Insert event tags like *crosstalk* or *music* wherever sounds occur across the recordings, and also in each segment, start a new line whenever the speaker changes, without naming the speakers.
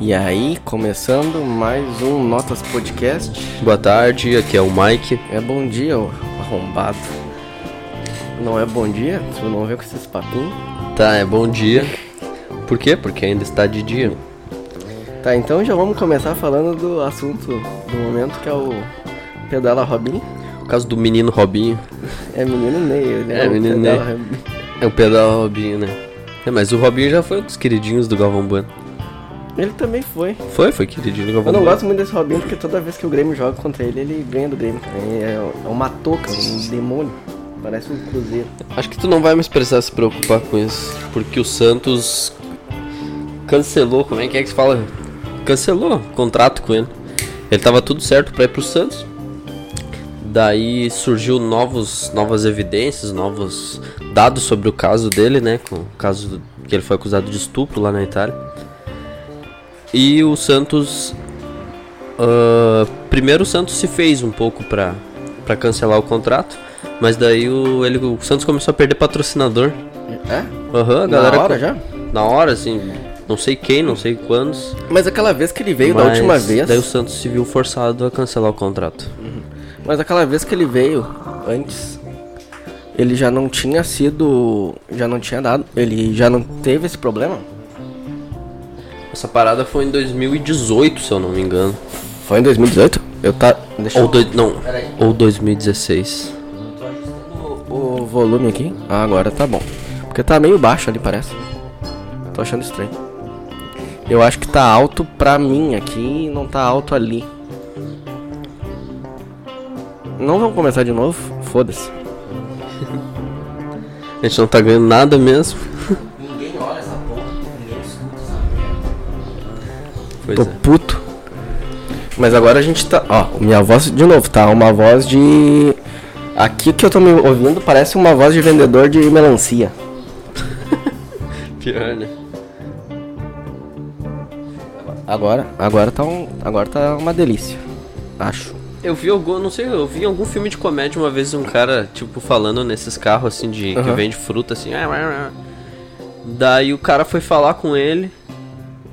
E aí, começando mais um Notas Podcast.
Boa tarde, aqui é o Mike.
É bom dia, ô arrombado. Não é bom dia? Tu não vê com esses papinhos?
Tá, é bom dia. Por quê? Porque ainda está de dia.
Tá, então já vamos começar falando do assunto do momento que é o Pedala Robin.
O caso do menino Robinho.
É menino Ney, né?
É,
O
menino
Pedala
Ney.
Robin.
É o pedal Robinho, né? É, mas o Robinho já foi um dos queridinhos do Galvão Bueno.
Ele também foi.
Foi, foi queridinho do Galvão
Eu não
Bueno.
gosto muito desse Robinho porque toda vez que o Grêmio joga contra ele, ele ganha do Grêmio. É é uma touca, um demônio. Parece um cruzeiro.
Acho que tu não vai mais precisar se preocupar com isso, porque o Santos cancelou, como é que é que se fala? Cancelou o contrato com ele. Ele tava tudo certo pra ir pro Santos. Daí surgiu novos, novas evidências, novos dados sobre o caso dele, né, com o caso do- que ele foi acusado de estupro lá na Itália. E o Santos ah, primeiro o Santos se fez um pouco pra para cancelar o contrato, mas daí o, ele, o Santos começou a perder patrocinador.
É?
Aham, a
Na
galera.
hora já?
Na hora, assim, não sei quem, não sei quantos.
Mas aquela vez que ele veio, da
mas
última vez.
Daí o Santos se viu forçado a cancelar o contrato.
Mas aquela vez que ele veio, antes, ele já não tinha sido. Já não tinha dado. Ele já não teve esse problema?
Essa parada foi em 2018, se eu não me engano.
Foi em 2018? Eu tá. Deixa
Ou,
eu.
doi- não, ou 2016.
O volume aqui. Ah, agora tá bom. Porque tá meio baixo ali, parece. Tô achando estranho. Eu acho que tá alto pra mim aqui e não tá alto ali. Não vamos começar de novo? Foda-se.
A gente não tá ganhando nada mesmo.
Ninguém olha essa porra, ninguém escuta essa
Pois
Tô
é.
puto. Mas agora a gente tá. Ó, minha voz de novo, tá? Uma voz de. Aqui que eu tô me ouvindo parece uma voz de vendedor de melancia.
Pior, né?
Agora, agora tá um. Agora tá uma delícia. Acho.
Eu vi algum, não sei, eu vi em algum filme de comédia uma vez um cara, tipo, falando nesses carros assim de que
Aham.
vende fruta assim. "Ah, ah, ah." Daí o cara foi falar com ele.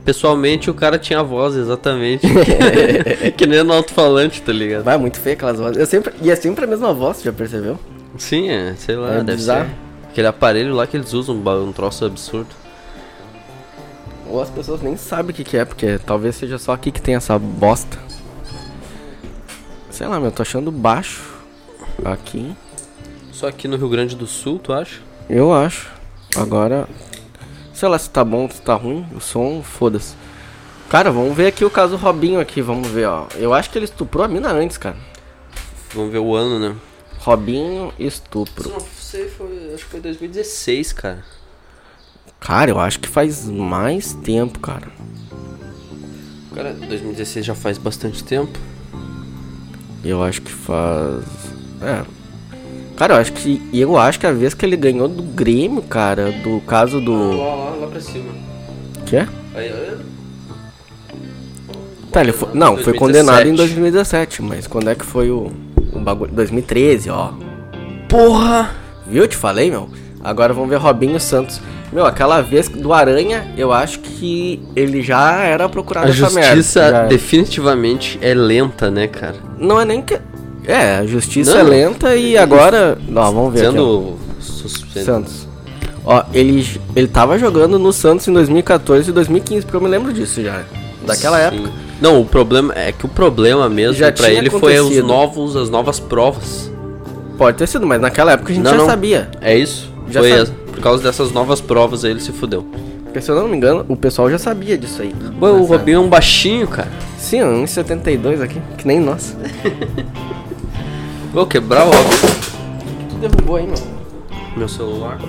Pessoalmente o cara tinha a voz exatamente. *laughs* que nem no alto-falante, tá ligado?
Vai é muito feia aquelas vozes. Eu sempre, e é sempre a mesma voz, tu já percebeu?
Sim, é, sei lá,
É
deve
bizarro.
ser. Aquele aparelho lá que eles usam, um ba- um troço absurdo.
Ou as pessoas nem sabem o que, que é, porque talvez seja só aqui que tem essa bosta. Sei lá, meu, tô achando baixo. Aqui.
Só aqui no Rio Grande do Sul, tu acha?
Eu acho. Agora, sei lá se tá bom, se tá ruim, o som, foda-se. Cara, vamos ver aqui o caso Robinho aqui, vamos ver, ó. Eu acho que ele estuprou a mina antes, cara.
Vamos ver o ano, né?
Robinho, estupro.
Não sei, foi, acho que foi 2016, cara.
Cara, eu acho que faz mais tempo, cara.
Cara, 2016 já faz bastante tempo.
Eu acho que faz. É. Cara, eu acho que. Eu acho que a vez que ele ganhou do Grêmio, cara, do caso do.
Lá, lá, lá pra cima.
Que é?
Aí, aí,
Tá, ele foi. Não, foi
2017.
condenado em 2017, mas quando é que foi o, o bagulho? 2013, ó. Porra! Viu? Eu te falei, meu? Agora vamos ver Robinho Santos. Meu, aquela vez do Aranha, eu acho que ele já era procurado
A
essa
justiça
merda. Já-
definitivamente é lenta, né, cara?
Não é nem que. É, a justiça
Não.
é lenta e agora. Ó, vamos ver. aqui, ó.
Sendo suspenso.
Santos. Ó, ele, ele tava jogando no Santos em 2014 e 2015, porque eu me lembro disso já. Daquela
Sim.
época.
Não, o problema é que o problema mesmo
Já
pra
tinha
ele foi os
acontecido.
novos, as novas provas.
Pode ter sido, mas naquela época a gente
Não,
já
não.
sabia.
É isso?
Já
foi
sabe.
as- por causa dessas novas provas aí ele se fudeu.
Porque se eu não me engano, o pessoal já sabia disso aí.
Ué, o
Nessa-
Robinho é um baixinho, cara.
Sim, 1,72 aqui, que nem nós.
Vou quebrar o
Tu derrubou aí, mano.
meu celular.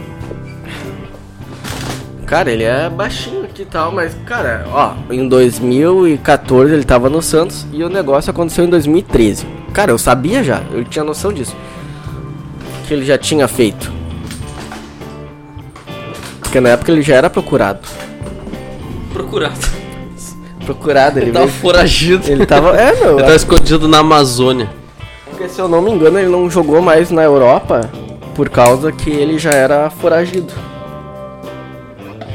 Cara, ele é baixinho aqui e tal, mas, cara, ó, em 2014 ele tava no Santos e o negócio aconteceu em 2013. Cara, eu sabia já, eu tinha noção disso. Que ele já tinha feito. Porque na época ele já era procurado.
*laughs* Procurado.
Procurado, *laughs* ele
Ele tá tava
veio-
foragido.
Então, Ele tava. É, meu.
Ele tava escondido na Amazônia.
Porque se eu não me engano, ele não jogou mais na Europa por causa que ele já era foragido.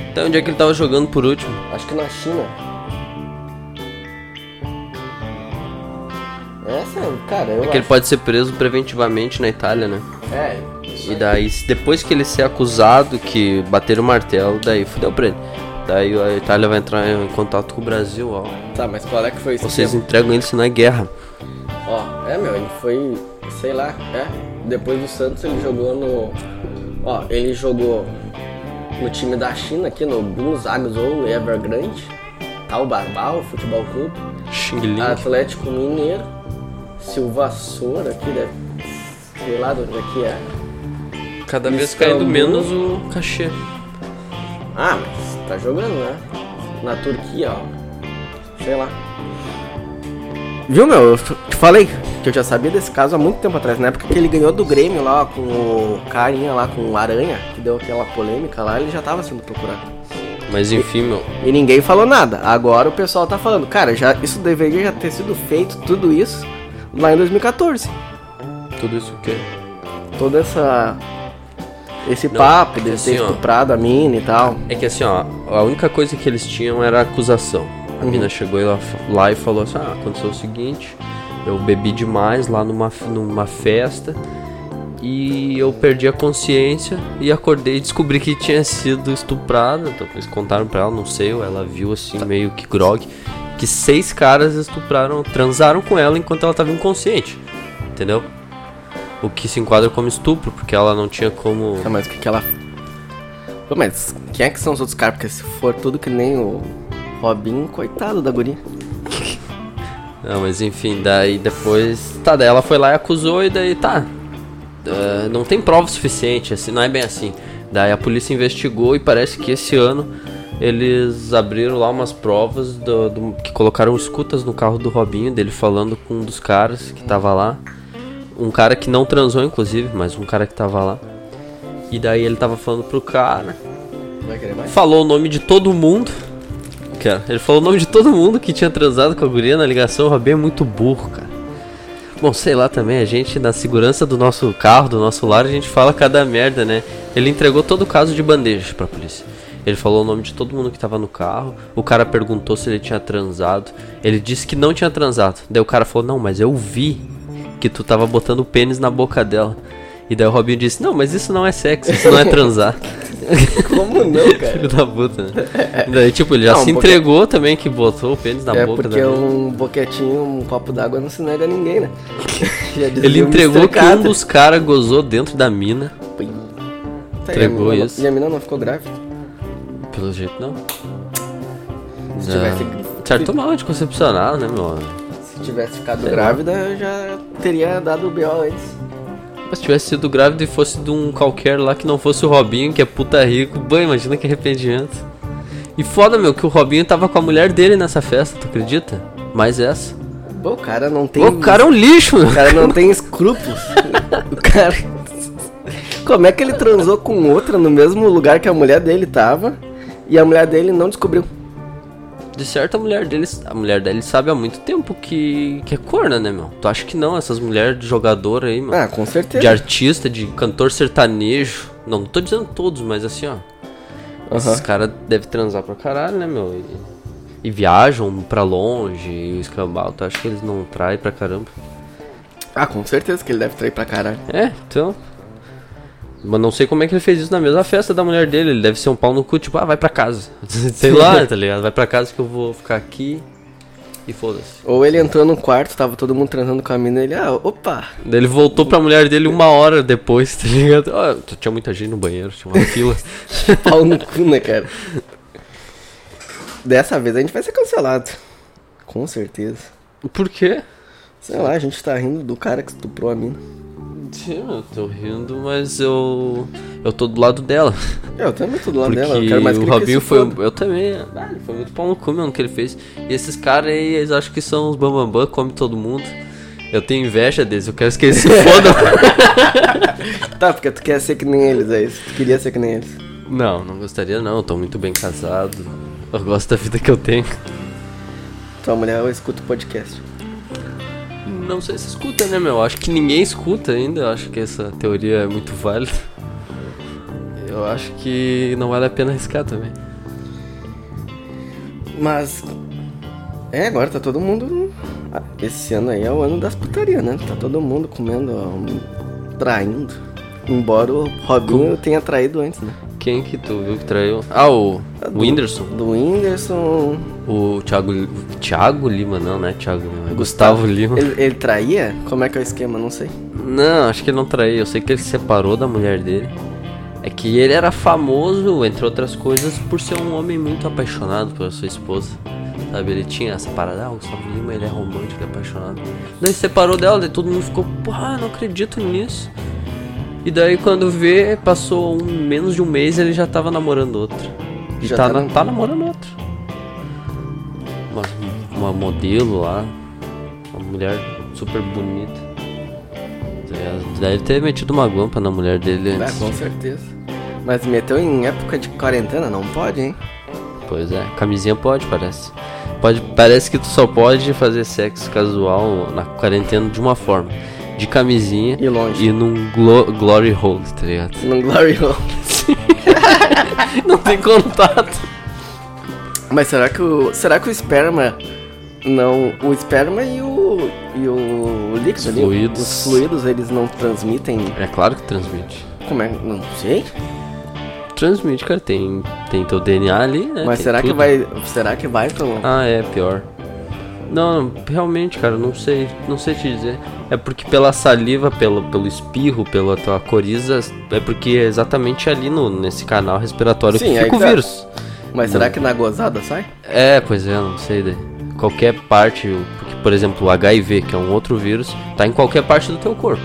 Até onde é que ele tava jogando por último?
Acho que na China. Essa, cara, eu
É que ele pode ser preso preventivamente na Itália, né?
acho. É, isso
E daí, se- depois que ele ser acusado que bateram o martelo, daí fudeu pra ele. Daí a Itália vai entrar em contato com o Brasil, ó.
Tá, mas qual é que foi isso?
Vocês entregam ele senão é guerra.
Ó, é meu, ele foi, sei lá, é. Depois do Santos ele jogou no. Ó, ele jogou no time da China aqui, no Buenos Aires ou Evergrande, Taubarbal, Futebol Clube,
Xing
Atlético Mineiro, Silvassora aqui, deve, sei lá de onde aqui é.
Cada
vez
vez
caindo
caindo
Istambul.
menos
menos
o cachê.
Ah, mas tá jogando, né? Na Turquia, ó. Sei lá. Viu, meu? Eu te falei que eu já sabia desse caso há muito tempo atrás, na época que ele ganhou do Grêmio lá, ó, com o carinha lá, com o Aranha, que deu aquela polêmica lá, ele já tava sendo procurado.
Mas enfim, meu.
E ninguém falou nada. Agora o pessoal tá falando, cara, já, isso deveria já ter sido feito, tudo isso, lá em 2014.
Tudo isso o quê?
Toda essa. Esse
Não,
papo
é que
de
assim,
ter
ó.
estuprado a mina e tal.
É que assim, ó, a única coisa que eles tinham era a acusação. A mina chegou lá, lá e falou assim: ah, aconteceu o seguinte, eu bebi demais lá numa, numa festa e eu perdi a consciência e acordei e descobri que tinha sido estuprada. Então eles contaram pra ela, não sei, ou ela viu assim, meio que grog, que seis caras estupraram, transaram com ela enquanto ela tava inconsciente. Entendeu? O que se enquadra como estupro, porque ela não tinha como.
Tá, mas o que, que ela. Pô, mas quem é que são os outros caras? Porque se for tudo que nem o Robin, coitado da guria.
Não, mas enfim, daí depois. Tá, daí ela foi lá e acusou e daí tá. Ah, não tem prova suficiente, assim, não é bem assim. Daí a polícia investigou e parece que esse ano eles abriram lá umas provas do, do- que colocaram escutas no carro do Robinho, dele falando com um dos caras que tava lá. Um cara que não transou, inclusive, mas um cara que tava lá. E daí ele tava falando pro cara
Vai querer mais?
falou o nome de todo mundo. Cara, ele falou o nome de todo mundo que tinha transado com a guria na ligação. O Rabin é muito burro, cara. Bom, sei lá também, a gente, na segurança do nosso carro, do nosso lar, a gente fala cada merda, né? Ele entregou todo o caso de bandejas pra polícia. Ele falou o nome de todo mundo que tava no carro. O cara perguntou se ele tinha transado. Ele disse que não tinha transado. Daí o cara falou: Não, mas eu vi que tu tava botando o pênis na boca dela. E daí o Robinho disse: Não, mas isso não é sexo, isso não é transar.
*laughs* Como
*laughs*
não, cara?
Filho da puta, né? Daí, tipo, ele já
Não,
se
porque-
entregou também que botou o pênis na
é
Tá boca
porque
da mina.
um boquetinho, um copo d'água não se nega a ninguém,
*laughs*
né? Já dizia
Ele
o
entregou
Mr.
que um
Catra.
dos caras gozou dentro da mina.
Tá,
entregou
e a mina-
isso.
E a mina não ficou grávida?
Pelo jeito, não.
Se,
Ah,
tivesse,
Certo, tomar um anticoncepcional, né, meu?
se tivesse ficado grávida, eu já teria dado o B.O. antes.
Mas se tivesse sido grávido e fosse de um qualquer lá que não fosse o Robinho, que é puta rico. Bem, imagina que arrependimento. E foda, meu, que o Robinho tava com a mulher dele nessa festa, tu acredita? Mais essa.
Bom, o cara não tem.
Ô, o cara é um lixo, meu.
O cara não tem escrúpulos. o cara. Como é que ele transou com outra no mesmo lugar que a mulher dele tava e a mulher dele não descobriu?
De certo, a mulher dele, a mulher dele sabe há muito tempo que, que é corna, né, meu? Tu acha que não? Essas mulheres de jogador aí, meu.
Ah, com certeza.
de artista, de cantor sertanejo. Não, não tô dizendo todos, mas assim, ó. Esses caras devem transar pra caralho, né, meu? E, e viajam pra longe, e o escambau. Tu acha que eles não traem pra caramba?
Ah, com certeza que ele deve trair pra caralho.
É, então. Mas não sei como é que ele fez isso na mesma festa da mulher dele. Ele deve ser um pau no cu, tipo, ah, vai pra casa. *laughs* sei lá, tá ligado? Vai pra casa que eu vou ficar aqui. E foda-se.
Ou ele entrou no quarto, tava todo mundo transando com a mina e ele, ah, opa, *laughs*
Daí ele voltou pra mulher dele uma hora depois, *laughs* tá ligado? Ó, t- tinha muita gente no banheiro, tinha uma *laughs* fila.
pau no cu, né, cara? Dessa vez a gente vai ser cancelado. Com certeza.
Por quê?
Sei lá, a gente tá rindo do cara que estuprou a mina.
Sim, eu tô rindo, mas eu. Eu tô do lado dela.
Eu também tô do lado
Porque
dela, eu quero mais que
o
ele que
Robinho
se
foi.
foda.
Eu também. Ah, ele foi muito pau no cu mesmo que ele fez. E esses caras aí, eles acham que são os bambambam, come todo mundo. Eu tenho inveja deles, eu
*laughs*
quero esquecer foda.
Tá, porque tu quer ser que nem eles, é isso. Tu queria ser que nem eles.
não, não gostaria não, eu tô muito bem casado. Eu gosto da vida que eu tenho.
Tua mulher eu escuto podcast.
Não sei se escuta, né, meu? Acho que ninguém escuta ainda. Eu acho que essa teoria é muito válida. Eu acho que não vale a pena arriscar também.
Mas. É, agora tá todo mundo Ah, Esse ano aí é o ano das putarias, né? Tá todo mundo comendo, ó, traindo. Embora o Robinho tenha traído antes, né?
Quem que tu viu que traiu? Ah, o, o Whindersson.
Do Whindersson.
O Thiago, Li- o Thiago Lima, não, né? Thiago Lima. é Gustavo Lima.
Ele, ele traía? Como é que é o esquema? Não sei.
Não, acho que ele não traiu. Eu sei que ele se separou da mulher dele. É que ele era famoso, entre outras coisas, por ser um homem muito apaixonado pela sua esposa. Sabe, ele tinha essa parada, ah, o Gustavo Lima, ele é romântico, ele é apaixonado. Daí se separou dela, daí todo mundo ficou, porra, não acredito nisso. E daí quando vê, passou um, menos de um mês, ele já tava namorando outra. E
Já
tá,
tá
na-
nam-
tá namorando outra. Uma, uma modelo lá, uma mulher super bonita. Deve ter metido uma guampa na mulher dele
Ah,
antes.
com certeza. Mas meteu em época de quarentena? Não pode, hein?
Pois é, camisinha pode, parece. Pode, parece que tu só pode fazer sexo casual na quarentena de uma forma. De camisinha
E longe.
e num glo- glory hole, tá ligado? *laughs*
No Glory Hole.
Não tem contato.
Mas será que o. Será que o esperma. Não. O esperma e o. E o líquido
Os
ali,
fluidos.
Os fluidos, eles não transmitem.
É claro que transmite.
Como é? Não sei.
Transmite, cara, tem, tem teu DNA ali, né?
Mas
Tem
será que
tudo.
vai. Será que vai pro.
Ah, é pior. Não, realmente, cara, não sei, não sei te dizer. É porque pela saliva, pelo, pelo espirro, pela tua coriza, é porque é exatamente ali no, nesse canal respiratório
Sim,
que
aí
fica o
que tá.
vírus.
Mas será que na gozada sai?
É, pois é, não sei. daí. Qualquer parte, o- porque, por exemplo, o HIV, que é um outro vírus, tá em qualquer parte do teu corpo.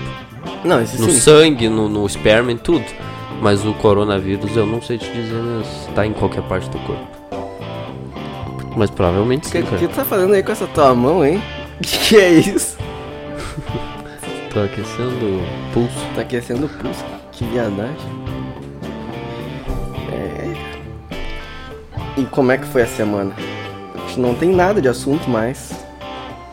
Não, esse
No
sim.
sangue, no, no esperma, em tudo. Mas o coronavírus, eu não sei te dizer né, se tá em qualquer parte do corpo. Mas provavelmente
O que,
sim,
que
cara.
tu tá fazendo aí com essa tua mão, hein? *laughs* Que que é isso?
Tô aquecendo o pulso.
Tá aquecendo o pulso. Que viadagem. É. E como é que foi a semana? A gente não tem nada de assunto mais.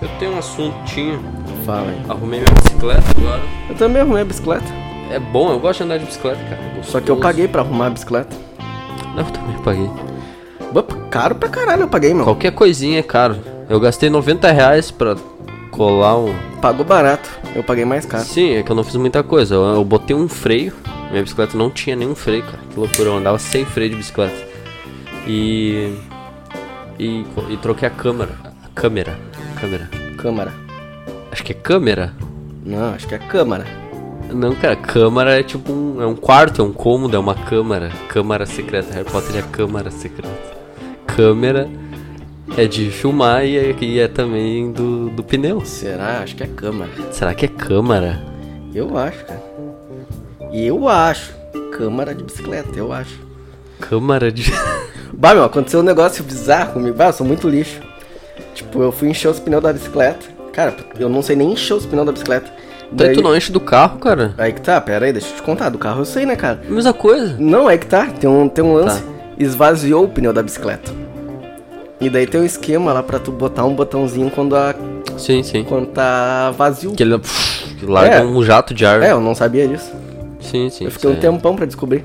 Eu tenho um assuntinho.
Fala aí.
Arrumei minha bicicleta agora.
Eu também arrumei a bicicleta.
É bom, eu gosto de andar de bicicleta, cara. É
Só que eu paguei pra arrumar a bicicleta.
Não, eu também paguei.
Bah, Caro pra caralho eu paguei, meu.
Qualquer coisinha é caro. Eu gastei 90 reais pra colar um.
Pagou barato. Eu paguei mais caro.
Sim, é que eu não fiz muita coisa. Eu, eu botei um freio. Minha bicicleta não tinha nenhum freio, cara. Que loucura, eu andava sem freio de bicicleta. E. E, co- e troquei a câmera. A câmera. Câmera.
Câmara.
Acho que é câmera?
Não, acho que é câmara.
Não, cara, câmara é tipo um. É um quarto, é um cômodo, é uma câmara. Câmara secreta. Harry Potter é câmara secreta. Câmera é de filmar e é, e é também do, do pneu.
Será? Acho que é câmara.
Será que é câmara?
Eu acho, cara. Eu acho. Câmara de bicicleta, eu acho.
Câmara de. *laughs*
Bah, meu, aconteceu um negócio bizarro comigo. Bah, eu sou muito lixo. Tipo, eu fui encher os pneus da bicicleta. Cara, eu não sei nem encher os pneus da bicicleta.
Então aí tu não enche do carro, cara?
Aí que tá, pera aí, deixa eu te contar. Do carro eu sei, né, cara?
Mesma coisa.
Não, é que tá. Tem um, tem um lance.
Tá.
Esvaziou o pneu da bicicleta. E daí tem um esquema lá pra tu botar um botãozinho quando, a,
Sim, sim.
quando tá vazio.
Que ele *sniffs* pff, que larga
É.
um jato de ar.
É, eu não sabia disso.
Sim, sim.
Eu fiquei um
isso aí.
tempão pra descobrir.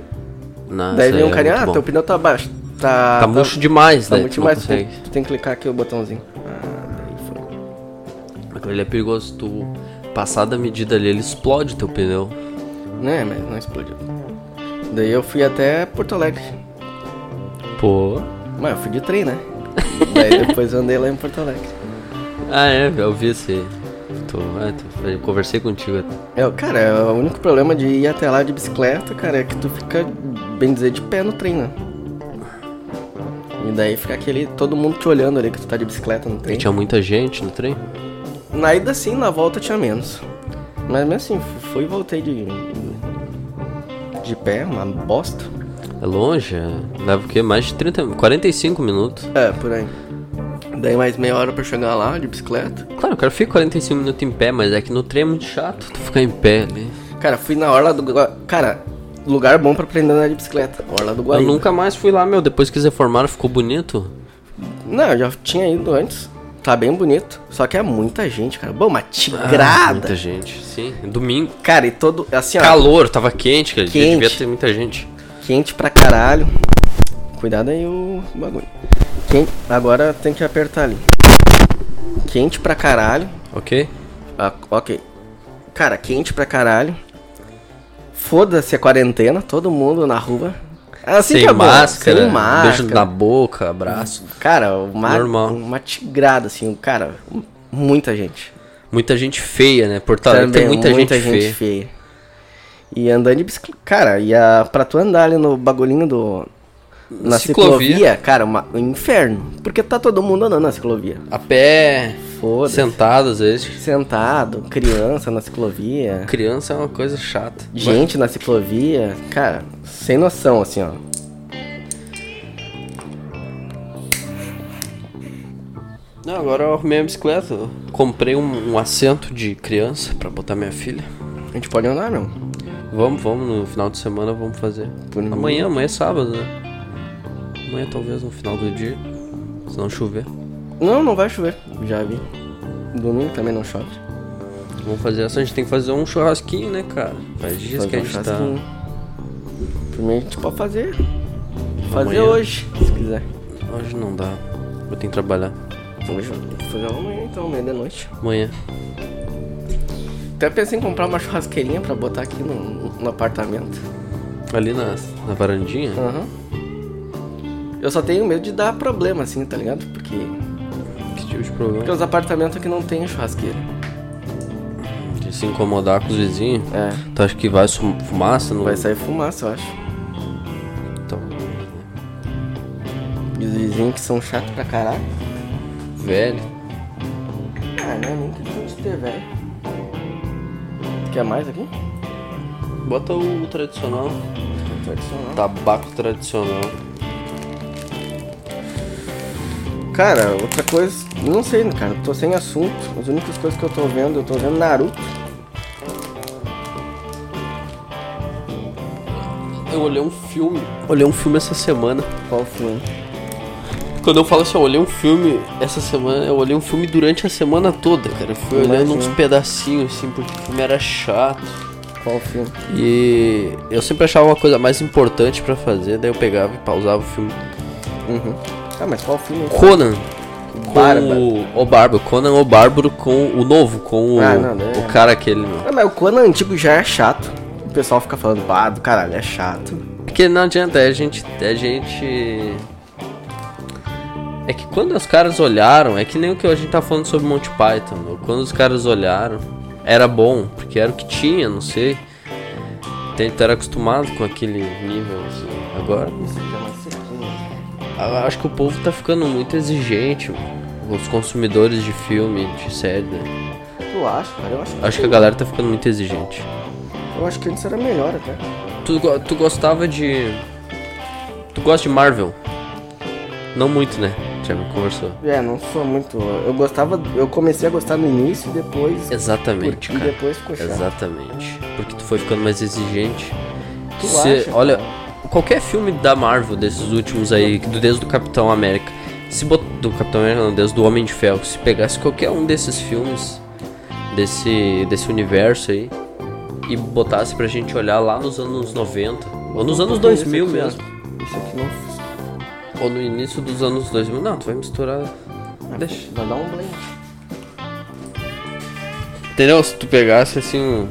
Não,
daí
isso
vem
aí
um
é
carinha,
muito
ah,
bom.
teu pneu tá baixo. Tá,
Tá murcho demais,
Tá
daí
muito
tu não
mais. Tu,
consegue.
tu tem que clicar aqui o botãozinho. Ah, daí foi.
Ele é perigoso, tu passar da medida ali, ele explode teu pneu.
Né, mas não explodiu. Daí eu fui até Porto Alegre.
Pô.
Mas eu fui de trem,
*laughs*
né? daí depois eu andei lá em Porto Alegre.
Ah, é, eu vi esse. Tô, é, tô- eu conversei contigo.
É, cara, é o único problema de ir até lá de bicicleta, cara, é que tu fica, bem dizer, de pé no trem, né? E daí fica aquele. todo mundo te olhando ali que tu tá de bicicleta no
E
trem.
tinha muita gente no trem?
Na ida sim, na volta tinha menos. Mas mesmo assim, fu- fui e voltei de. de pé, uma bosta.
É longe? é- Leva o quê? Mais de 30, 45 minutos?
É, por aí. Daí mais meia hora pra chegar lá de bicicleta.
Claro, o cara fica 45 minutos em pé, mas é que no trem é muito chato tu ficar em pé né? ali.
Cara, fui na Orla do. Gua- Cara, lugar bom pra aprender a andar de bicicleta. Orla do
Eu
Guaíba.
nunca mais fui lá, meu. Depois que eles reformaram, ficou bonito.
Não, eu já tinha ido antes. Tá bem bonito. Só que é muita gente, cara. Bom, uma
Ah,
tigrada.
Muita gente, sim. Domingo.
cara, e todo. Assim, ó.
Calor, tava quente, cara.
Quente.
Devia ter muita gente.
Quente pra caralho. Cuidado aí o bagulho. Quem... Agora tem que apertar ali. Quente pra caralho.
Ok?
Ah, ok. Cara, quente pra caralho. Foda-se a quarentena, todo mundo na rua. Assim
sem,
que é bom,
máscara,
sem máscara.
beijo na boca, abraço.
Cara, uma,
Normal.
uma tigrada, assim, cara, muita gente.
Muita gente feia, né? Porto Alegre tem muita, gente, feia.
E andando de bicicleta. Cara, e a, pra tu andar ali no bagulhinho do. Na
Ciclovia.
ciclovia, cara, uma- um inferno. Porque tá todo mundo andando na ciclovia.
A pé,
Foda-se.
sentado às vezes.
Sentado, criança na ciclovia.
Criança é uma coisa chata.
Gente na ciclovia, cara, sem noção, assim, ó.
Não, agora eu arrumei a bicicleta. Eu Comprei um, um assento de criança pra botar minha filha.
A gente pode andar, não.
Vamos, vamos, no final de semana vamos fazer.
Por mim.
Amanhã, amanhã é sábado, né? Amanhã talvez no final do dia. Se não chover.
Não, não vai chover, já vi. Domingo também não chove.
Vamos fazer essa, a gente tem que fazer um churrasquinho, né, cara? Faz dias
Fazer
que a
um
gente tá.
churrasquinho. Primeiro a gente pode fazer. Fazer
Amanhã.
hoje, se quiser.
Hoje não dá. Eu tenho que trabalhar.
Hoje, vou fazer amanhã então, meia da noite.
Amanhã.
Até pensei em comprar uma churrasqueirinha pra botar aqui no, no apartamento.
Ali na, na varandinha?
Aham. Eu só tenho medo de dar problema assim, tá ligado? Porque, Ah.
Que tipo de
porque
problema?
os apartamentos aqui não tem churrasqueira.
De se incomodar com os vizinhos.
É.
Tu acha que vai sum- fumaça? Não
Vai sair fumaça, eu acho.
Então,
E os vizinhos que são chatos pra caralho.
velho.
Ah, não é nem questão de ter, velho. Tu Quer mais aqui?
Bota o tradicional.
Tradicional.
Tabaco tradicional.
Cara, outra coisa, não sei, né, cara, tô sem assunto. As únicas coisas que eu tô vendo, eu tô vendo Naruto.
Eu olhei um filme. Olhei um filme essa semana.
Qual filme?
Quando eu falo assim, eu olhei um filme essa semana, eu olhei um filme durante a semana toda, cara. Eu fui olhando uns
Imagina.
pedacinhos, assim, porque o filme era chato.
Qual filme?
E eu sempre achava uma coisa mais importante pra fazer, daí eu pegava e pausava o filme.
Uhum. Ah, mas qual filme?
Conan. Com
Bárbaro.
o, o Bárbaro. Conan o Bárbaro com o novo, com o,
Ah, não, né?
o cara aquele, meu.
Ah, mas o Conan antigo já é chato. O pessoal fica falando, ah, do caralho, é chato.
Porque não adianta, é gente. É gente. É que quando os caras olharam, é que nem o que a gente tá falando sobre Monty Python, meu. Quando os caras olharam, era bom, porque era o que tinha, não sei. Tem- Tu era acostumado com aquele nível, assim. Agora.
é
Eu acho que o povo tá ficando muito exigente, meu. os consumidores de filme, de série, né?
Tu acha, cara? Eu acho,
Acho que a galera tá ficando muito exigente.
eu acho que antes era melhor até.
Tu, go- tu gostava de. Tu gosta de Marvel? Não muito, né? Já me conversou.
É, não sou muito. Eu gostava. Eu comecei a gostar no início e depois.
Exatamente,
curti e
cara.
depois ficou chato.
Exatamente. Porque tu foi ficando mais exigente.
Tu acha,
olha,
cara?
qualquer filme da Marvel desses últimos aí, do- desde o Capitão América, se bot... do Capitão América, não, desde o Homem de Ferro, se pegasse qualquer um desses filmes, desse, desse universo aí, e botasse pra gente olhar lá nos anos 90, ou nos anos 2000
Esse aqui,
mesmo.
ó. Isso aqui não.
Ou no início dos anos 2000. Não, tu vai misturar. Deixa.
Vai dar um blend.
Entendeu? Se tu pegasse assim. um-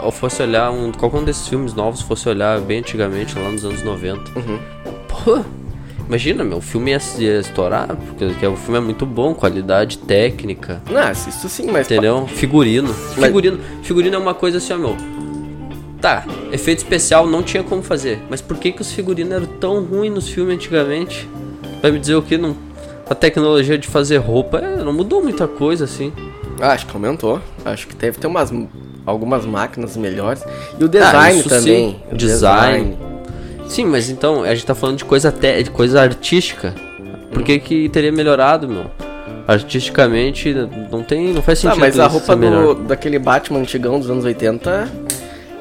Ou fosse olhar um. Qualquer um desses filmes novos fosse olhar bem antigamente, lá nos anos 90. Pô! Imagina, meu, o filme ia, se- ia estourar, porque que o filme é muito bom, qualidade técnica,
Não, isso sim, mas.
entendeu? Figurino. Figurino. Figurino é uma coisa assim, ó, meu. Tá, efeito especial não tinha como fazer. Mas por que, que os figurinos eram tão ruins nos filmes antigamente? Vai me dizer o que? Não, a tecnologia de fazer roupa é, não mudou muita coisa, assim.
Ah, acho que aumentou. Acho que deve ter umas, algumas máquinas melhores. E o design
isso
também.
sim.
Ah, O
Design. Sim, mas então, a gente tá falando de coisa, te, de coisa artística. Por que, que teria melhorado, meu? Artisticamente, não tem. Não faz
Tá,
sentido.
mas a
isso
roupa
ser é melhor.
do, daquele Batman antigão dos anos 80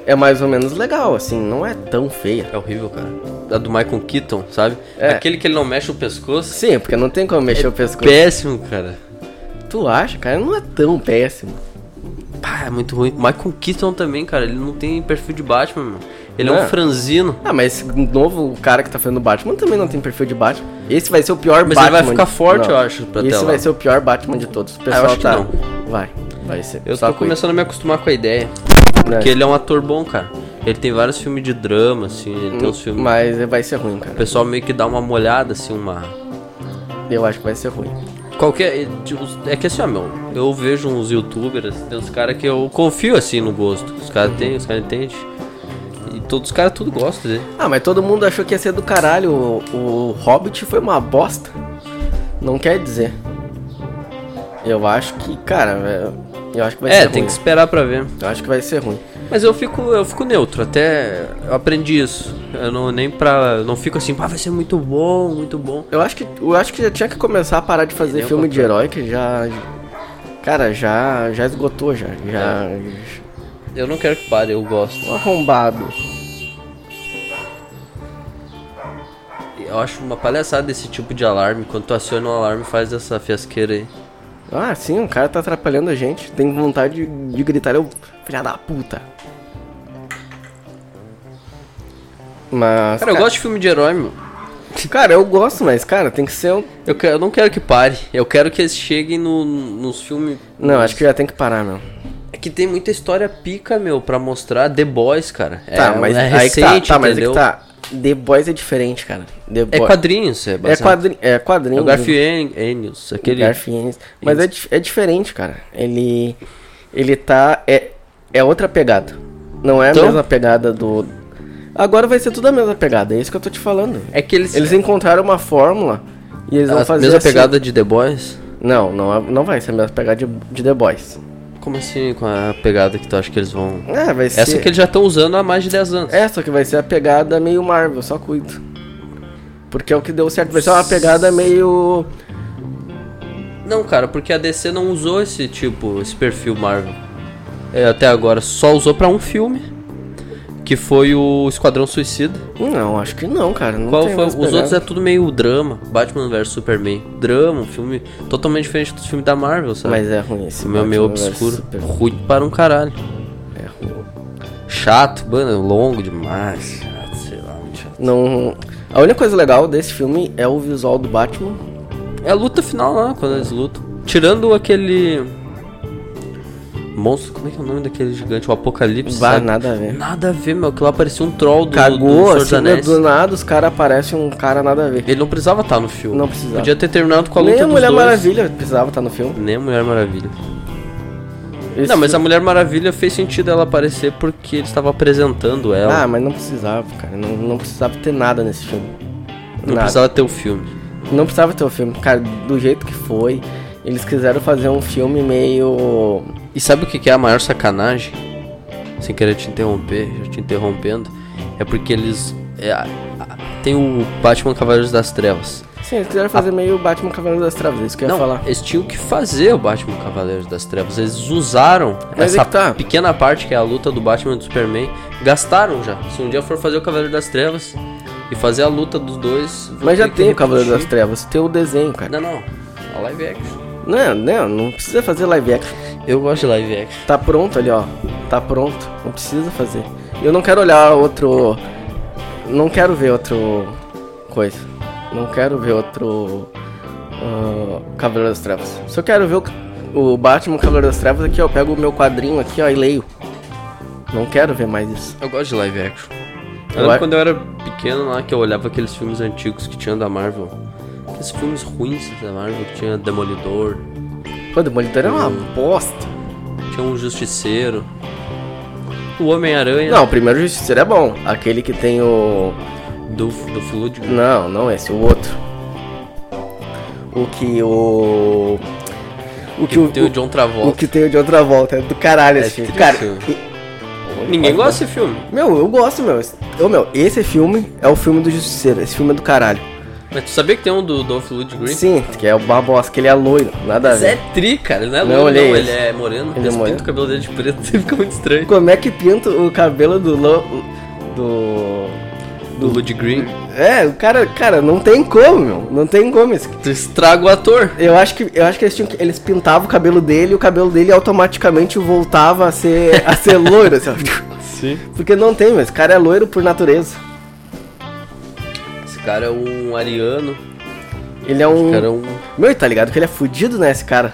é mais ou menos legal, assim, não é tão feia.
É horrível, cara. A do Michael Keaton, sabe?
É.
Aquele que ele não mexe o pescoço.
Sim, porque não tem como mexer o pescoço.
Péssimo, cara.
Tu acha, cara? Não é tão péssimo.
Pá, é muito ruim. Michael Keaton também, cara. Ele não tem perfil de Batman, meu. Ele é
Não.
um franzino.
Ah, mas esse novo cara que tá fazendo Batman também não tem perfil de Batman. Esse vai ser o pior
Mas ele
Batman.
vai ficar
de-
forte,
não.
eu acho, pra até
Esse
lá.
vai ser o pior Batman de todos. O pessoal
acho que
tá.
não.
Vai, vai ser.
Eu
Só
tô
cuida.
começando a me acostumar com a ideia.
Né?
Porque ele é um ator bom, cara. Ele tem vários filmes de drama, assim, ele tem uns filmes.
Mas vai ser ruim,
O
cara.
pessoal meio que dá uma molhada, assim, uma.
Eu acho que vai ser ruim.
Qualquer. tipo, É que assim, ó, meu, eu vejo uns youtubers, tem uns caras que eu confio assim no gosto. Os caras têm, os caras entendem. E todos os caras tudo gostam né? dele.
Ah, mas todo mundo achou que ia ser do caralho. O, o Hobbit foi uma bosta. Não quer dizer. Eu acho que, cara, é- eu acho que vai
É,
ser
tem
ruim.
que esperar pra ver.
Eu acho que vai ser ruim.
Mas eu fico, eu fico neutro, até eu aprendi isso. Eu não nem pra. Eu não fico assim, pá, vai ser muito bom, muito bom.
Eu acho que eu acho que já tinha que começar a parar de fazer
Entendeu?
filme de herói que já cara, já já esgotou já, já
É. Eu não quero que pare, eu gosto.
um arrombado.
Eu acho uma palhaçada esse tipo de alarme. Quando tu aciona um alarme, faz essa fiasqueira aí.
Ah, sim, o cara tá atrapalhando a gente. Tem vontade de, de gritar, eu filha da puta. Mas
Cara, eu gosto de filme de herói, meu.
gosto. Cara, eu gosto, mas cara, tem que ser um
Eu, que- eu não quero que pare. Eu quero que eles cheguem no, nos filmes.
Não, acho que já tem que parar, meu.
É que tem muita história pica, meu, pra mostrar. The Boys, cara. É,
tá, mas
é
aí que tá,
recente,
tá, mas aí
entendeu?
que tá. The Boys é diferente, cara. The
É
Boys.
quadrinhos, é
É
baseado.
quadrinho, é quadrinho.
É o Garfiennes, aquele...
Garfiennes. Mas é, dif- é diferente, cara. Ele. Ele tá. É, é outra pegada. Não é a
Então?
mesma pegada do. Agora vai ser tudo a mesma pegada, é isso que eu tô te falando.
É que eles...
Eles encontraram uma fórmula e eles vão
a
fazer.
mesma
assim.
pegada de The Boys?
Não, não, é- não vai ser a mesma pegada de, de The Boys.
Como assim, com a pegada que tu acha que eles vão...
É, vai ser.
Essa que eles já estão usando há mais de 10 anos.
É, só que vai ser a pegada meio Marvel, só cuido. Porque é o que deu certo, vai ser uma pegada meio.
Não, cara, porque a DC não usou esse tipo, esse perfil Marvel. É, até agora, só usou pra um filme. Que foi o Esquadrão Suicida.
Hum, Não, acho que não, cara. Não
Qual
tem
foi?
mais
Os
pegada.
outros é tudo meio drama. Batman vs Superman. Drama, um filme totalmente diferente dos filmes da Marvel, sabe?
Mas é ruim esse.
O meu é meio
Batman versus
obscuro.
Superman.
Ruim para um caralho.
É ruim.
Chato, mano, longo demais. Chato, sei lá, muito chato.
Não. A única coisa legal desse filme é o visual do Batman.
É a luta final lá, quando eles lutam. Tirando aquele. Monstro, como é que é o nome daquele gigante? O Apocalipse.
Bah,
sabe?
nada a ver.
Nada a ver, meu. Aquilo lá parecia um troll do, do
Cagou,
Senhor dos
assim, do,
Anéis.
do nada os caras aparecem um cara nada a ver.
Ele não precisava estar no filme.
Não precisava.
Podia ter terminado com a luta
Nem a
dos
Mulher
dois.
Maravilha precisava estar no filme.
Nem a Mulher Maravilha.
Esse
não, mas a
filme-
Mulher Maravilha fez sentido ela aparecer porque eles estavam apresentando ela.
Ah, mas não precisava, cara. Não, não precisava ter nada nesse filme.
não
nada.
precisava ter o filme.
Não precisava ter o filme. Cara, do jeito que foi, eles quiseram fazer um filme meio.
E sabe o que que é a maior sacanagem? Sem querer te interromper, já te interrompendo. É porque eles. é, a- a- tem o Batman Cavaleiros das Trevas.
Sim, eles quiseram fazer meio Batman Cavaleiro das Trevas, é isso que eu ia
Ah. não,
falar.
eles tinham que fazer o Batman Cavaleiros das Trevas. Eles usaram
Mas
essa
é que tá.
pequena parte que é a luta do Batman e do Superman. Gastaram já. Se um dia for fazer o Cavaleiro das Trevas e fazer a luta dos dois. vão
Mas já
ter que
tem o Cavaleiro das
repetir.
Trevas, tem o desenho, cara.
Não, não. A live action.
Não, não, não precisa fazer live action.
Eu gosto de live action.
Tá pronto ali, ó. Tá pronto. Não precisa fazer. Eu não quero olhar outro. Não quero ver outro. Coisa. Não quero ver outro. ah, Cavaleiro das Trevas. Se eu quero ver o, o Batman Cavaleiro das Trevas aqui, ó. Eu pego o meu quadrinho aqui, ó, e leio. Não quero ver mais isso.
Eu gosto de live action.
Eu
Eu lembro
a-
quando eu era pequeno lá que eu olhava aqueles filmes antigos que tinha da Marvel. Aqueles filmes ruins da Marvel que tinha Demolidor,
Pô, Demolidor é uma bosta.
tinha um Justiceiro, o Homem-Aranha
Não, o primeiro Justiceiro é bom. Aquele que tem o.
do, do Fluid.
Não, não esse, o outro. O que o. O que, o,
Tem o John
O
Travolta.
que tem de outra volta, é do caralho
É
esse filme.
triste,
Cara,
filme.
e-
Ninguém gosta desse filme.
meu, eu gosto, meu. Esse- Ô, meu, esse filme é o filme do Justiceiro. Esse filme é do caralho.
Mas tu sabia que tem um do Dolph Lundgren?
Sim, que é o Barbosa, que ele é loiro, nada a
Mas é
ver.
tri, cara. Ele não é
Não
loiro,
olhei
não.
esse.
Ele é moreno.
Ele é
Ele pinta
moreno?
o cabelo dele de preto. *laughs* Fica muito estranho.
Como é que pinta o cabelo do. Lo... do.
Do Lundgren.
É, o cara, cara, não tem como, meu. Não tem como esse.
Tu estraga o ator.
Eu acho que, eu acho que eles, tinham que- eles pintavam o cabelo dele e o cabelo dele automaticamente voltava a ser, a ser loiro, assim, ó. *laughs*
Sim.
Porque não tem, mas esse cara é loiro por natureza.
Esse cara é um ariano.
Ele é um.
Esse cara é um.
Meu, tá ligado que ele é fudido, né, esse cara?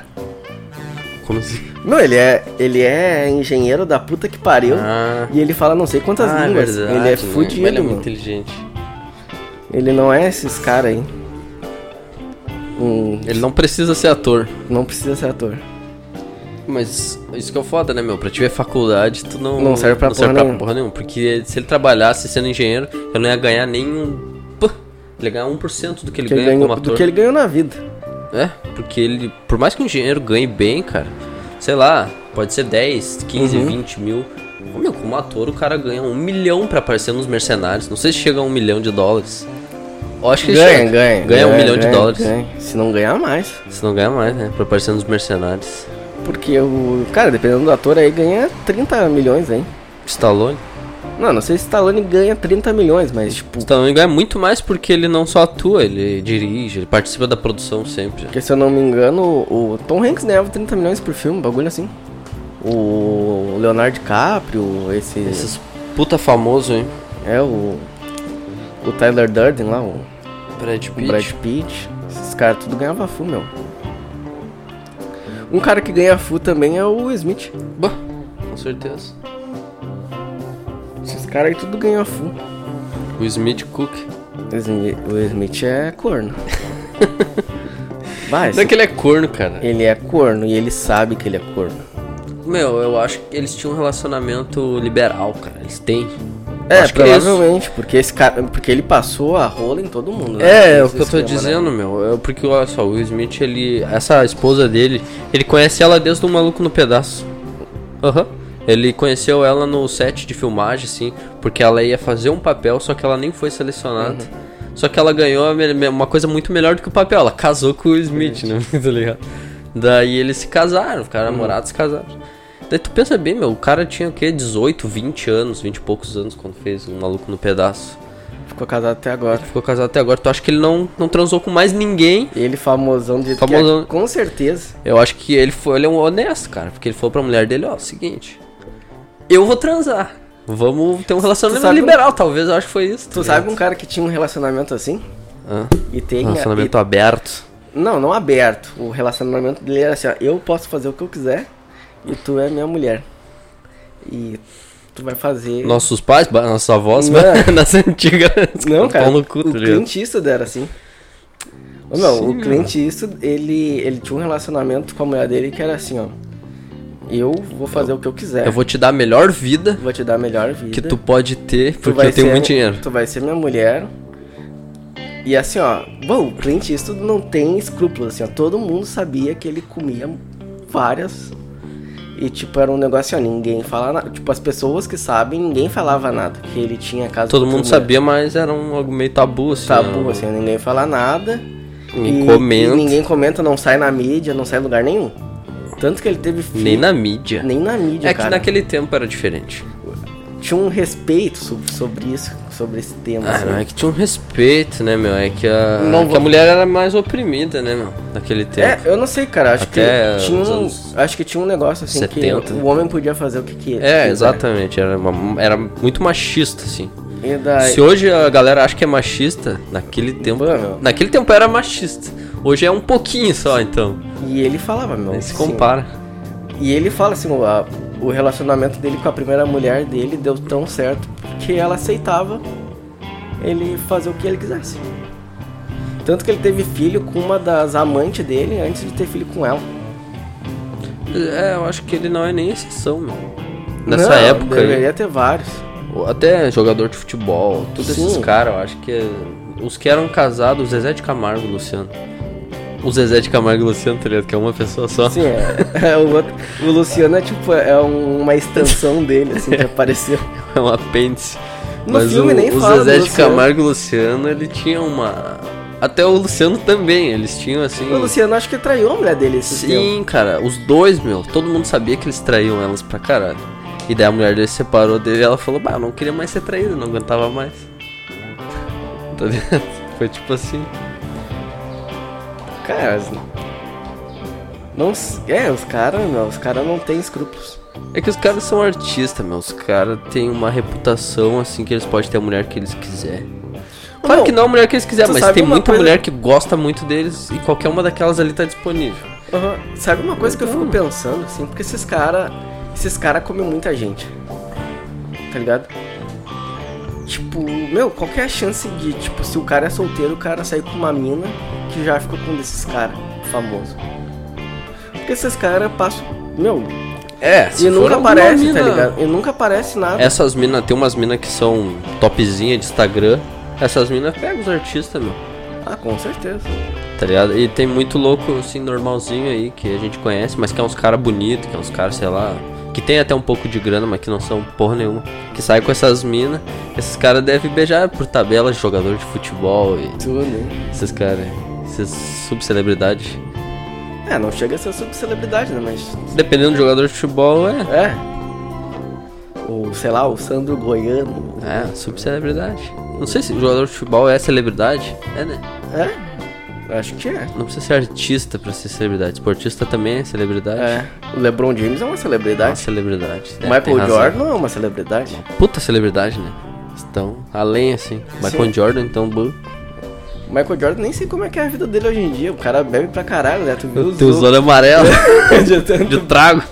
Como assim?
Meu, ele é, ele é engenheiro da puta que pariu.
Ah.
E ele fala não sei quantas
Ah,
línguas.
verdade,
ele
né?
é fudido,
Mas Ele é
mano.
muito inteligente.
Ele não é esses caras aí. Hum,
Ele não precisa ser ator.
não precisa ser ator.
Mas isso que é o foda, né, meu? Pra ti ver faculdade, tu não.
Não serve pra
não
porra nenhuma.
nenhuma. Porque se ele trabalhasse sendo engenheiro, eu não ia ganhar nenhum. Pô, ele ia ganhar 1% do que ele
Que ele
ganha
ganhou-
como ator.
do que ele ganhou na vida.
É, porque ele. Por mais que o engenheiro ganhe bem, cara, sei lá, pode ser 10, 15,
Uhum.
20 mil. Ô, Meu, como ator, o cara ganha um milhão pra aparecer nos mercenários. Não sei se chega a um milhão de dólares. Eu acho que ele chega. Ganha um milhão de
ganha,
dólares.
ganha. Se não ganhar mais.
Se não ganha mais, né? Pra aparecer nos mercenários.
Porque o. Cara, dependendo do ator aí, ganha 30 milhões, hein?
Stallone.
Não, não sei se Stallone ganha 30 milhões, mas tipo.
Stallone ganha muito mais porque ele não só atua, ele dirige, ele participa da produção sempre.
Porque se eu não me engano, o o Tom Hanks ganhava 30 milhões por filme, bagulho assim. O Leonardo DiCaprio, esse.
Esses puta famoso, hein?
É o. O Tyler Durden lá, o,
Brad
o
Pitt.
Brad Pitt. Esses caras tudo ganhava full, meu. Um cara que ganha full também é o Will Smith.
Bah, com certeza.
Esses caras aí tudo ganha full.
O Smith Cook.
O Smi- O Will Smith é corno. *laughs* Vai,
Não é que ele é corno, cara.
ele é corno e ele sabe que ele é corno.
Meu, eu acho que eles tinham um relacionamento liberal, cara. Eles têm.
É,
acho que
provavelmente, porque esse cara. Porque ele passou a rola em todo mundo,
É,
Esse
é, o que eu tô
esquema, né?
dizendo, meu. É porque, olha só, o Will Smith, ele. Essa esposa dele, ele conhece ela desde o Maluco no Pedaço. Aham. Ele conheceu ela no set de filmagem, assim, porque ela ia fazer um papel, só que ela nem foi selecionada. Só que ela ganhou a me- me- uma coisa muito melhor do que o papel. Ela casou com o Will Smith, né? *laughs* tá ligado? Daí eles se casaram, ficaram namorados, se casaram. Daí tu pensa bem, meu, o cara tinha o quê? 18, 20 anos, 20 e poucos anos quando fez o Maluco no Pedaço.
Ficou casado até agora.
Ficou casado até agora. Tu acha que ele não, não transou com mais ninguém?
Ele famosão de é,
Famosão.
com certeza.
Eu acho que ele foi, ele é um honesto, cara. Porque ele falou pra mulher dele, ó, seguinte. Eu vou transar. Vamos ter um relacionamento
sabe-
liberal, talvez. Eu acho que foi isso.
Tu sabe um cara que tinha um relacionamento assim? E tem. né,
Relacionamento aberto.
e- não, não aberto. O relacionamento dele era assim, ó, eu posso fazer o que eu quiser e tu é minha mulher. E tu vai fazer.
Nossos pais, ba- nossos avós,
É. Não.
*laughs* nas antigas.
Não, cara.
Pau no cu,
o
tá ligado?
Clint Eastwood era assim. Ô, meu,
Sim,
o Clint Eastwood, ele, ele tinha um relacionamento com a mulher dele que era assim, ó. Eu vou fazer o que eu quiser.
Eu vou te dar a melhor vida
Vou te dar a melhor é? vida.
que tu pode ter,
Tu
porque
vai
eu tenho
ser- um-
muito dinheiro.
Tu vai ser minha mulher. E assim, ó, bom, o Clint Eastwood não tem escrúpulos, assim, ó, todo mundo sabia que ele comia várias e tipo era um negócio, ó, ninguém fala nada, tipo as pessoas que sabem, ninguém falava nada, que ele tinha casa
Todo
com
mundo
outra mulher.
sabia, mas era um algo meio tabu, assim.
tabu,
né?
assim, ninguém fala nada.
Ninguém
e-
comenta.
e ninguém comenta, não sai na mídia, não sai em lugar nenhum. Tanto que ele teve filho,
Nem na mídia.
nem na mídia,
é que
cara.
naquele tempo era diferente.
Tinha um respeito so- sobre isso, sobre esse tema.
Ah,
assim.
não, é que tinha um respeito, né, meu? É que a,
Não
que
vou-
a mulher era mais oprimida, né, meu? Naquele tempo.
É, eu não sei, cara. Acho
Até
que tinha
os
um,
anos
acho que tinha um negócio assim
70.
que o homem podia fazer o que queria.
É, exatamente. Era, uma- era muito machista, assim.
E daí,
Se hoje a galera acha que é machista, naquele tempo.
Pô, meu.
Naquele tempo era machista. Hoje é um pouquinho só, então.
e ele falava, meu.
Nem se
assim,
compara.
e ele fala assim, o, a- o relacionamento dele com a primeira mulher dele deu tão certo que ela aceitava ele fazer o que ele quisesse. Tanto que ele teve filho com uma das amantes dele antes de ter filho com ela.
É, eu acho que ele não é nem exceção, meu. Nessa
Não,
época. aí.
Deveria ter vários.
Ou Até jogador de futebol, todos
Sim.
esses caras, eu acho que é- os que eram casados, o Zezé de Camargo e o Luciano. O Zezé de Camargo e o Luciano, tá ligado? Que é uma pessoa só.
Sim, é, *laughs* é o, outro- o Luciano é tipo é um- uma
*laughs*
extensão dele, assim, que apareceu.
*laughs* É um apêndice.
No
Mas
filme
o,
nem
o
fala do
Zezé de
Luciano.
Camargo e o Luciano, ele tinha uma. Até o Luciano também, eles tinham assim.
O Luciano acho que traiu a mulher dele esse tempo.
Sim, cara, os dois, meu, todo mundo sabia que eles traíam elas pra caralho. E daí a mulher dele separou dele e ela falou, bah, eu não queria mais ser traída, não aguentava mais. *laughs* Tá ligado? Foi tipo assim.
Cara, as- não, s- é, os caras, não, os caras não têm escrúpulos.
É que os caras são artistas, meu. Os caras têm uma reputação assim que eles podem ter a mulher que eles quiser. Claro
Meu,
que não a mulher que eles quiser,
tu
mas
sabe
tem
uma
muita
coisa-
mulher que gosta muito deles e qualquer uma daquelas ali tá disponível.
Aham. Sabe uma coisa que eu fico
Hum.
pensando, assim, porque esses caras. Esses caras comem muita gente. Tá ligado? Tipo, meu, qual que é a chance de, tipo, se o cara é solteiro, o cara sair com uma mina que já ficou com um desses caras famoso. Porque esses caras passam. Meu,
É,
e nunca
alguma
aparece,
mina- É.
tá ligado? E nunca aparece nada.
Essas minas, tem umas minas que são topzinha de Instagram. Essas minas pegam os artistas, meu.
Ah, com certeza.
Tá ligado? E tem muito louco, assim, normalzinho aí, que a gente conhece, mas que é uns cara bonito, que é uns cara, sei lá, que tem até um pouco de grana, mas que não são porra nenhuma. Que sai com essas minas, esses caras devem beijar por tabela de jogador de futebol e
Tudo, né?
esses caras, essas subcelebridades.
É, não chega a ser subcelebridade, né? Mas.
Dependendo do jogador de futebol, é.
É. Ou, sei lá, o Sandro Goiano.
É, subcelebridade. Não sei se jogador de futebol é celebridade. É, né?
É? Acho que é.
Não precisa ser artista pra ser celebridade. Esportista também é celebridade.
É. O LeBron James é uma
É uma
celebridade.
celebridade. É,
O
tem
Michael
razão.
Jordan não é uma celebridade.
puta celebridade, né? Então, além assim, Michael Jordan, então, bu.
O Michael Jordan nem sei como é que é a vida dele hoje em dia. O cara bebe pra caralho, né? Tu viu
Tem os
*laughs*
olhos amarelos
de tanto-
*laughs* de trago.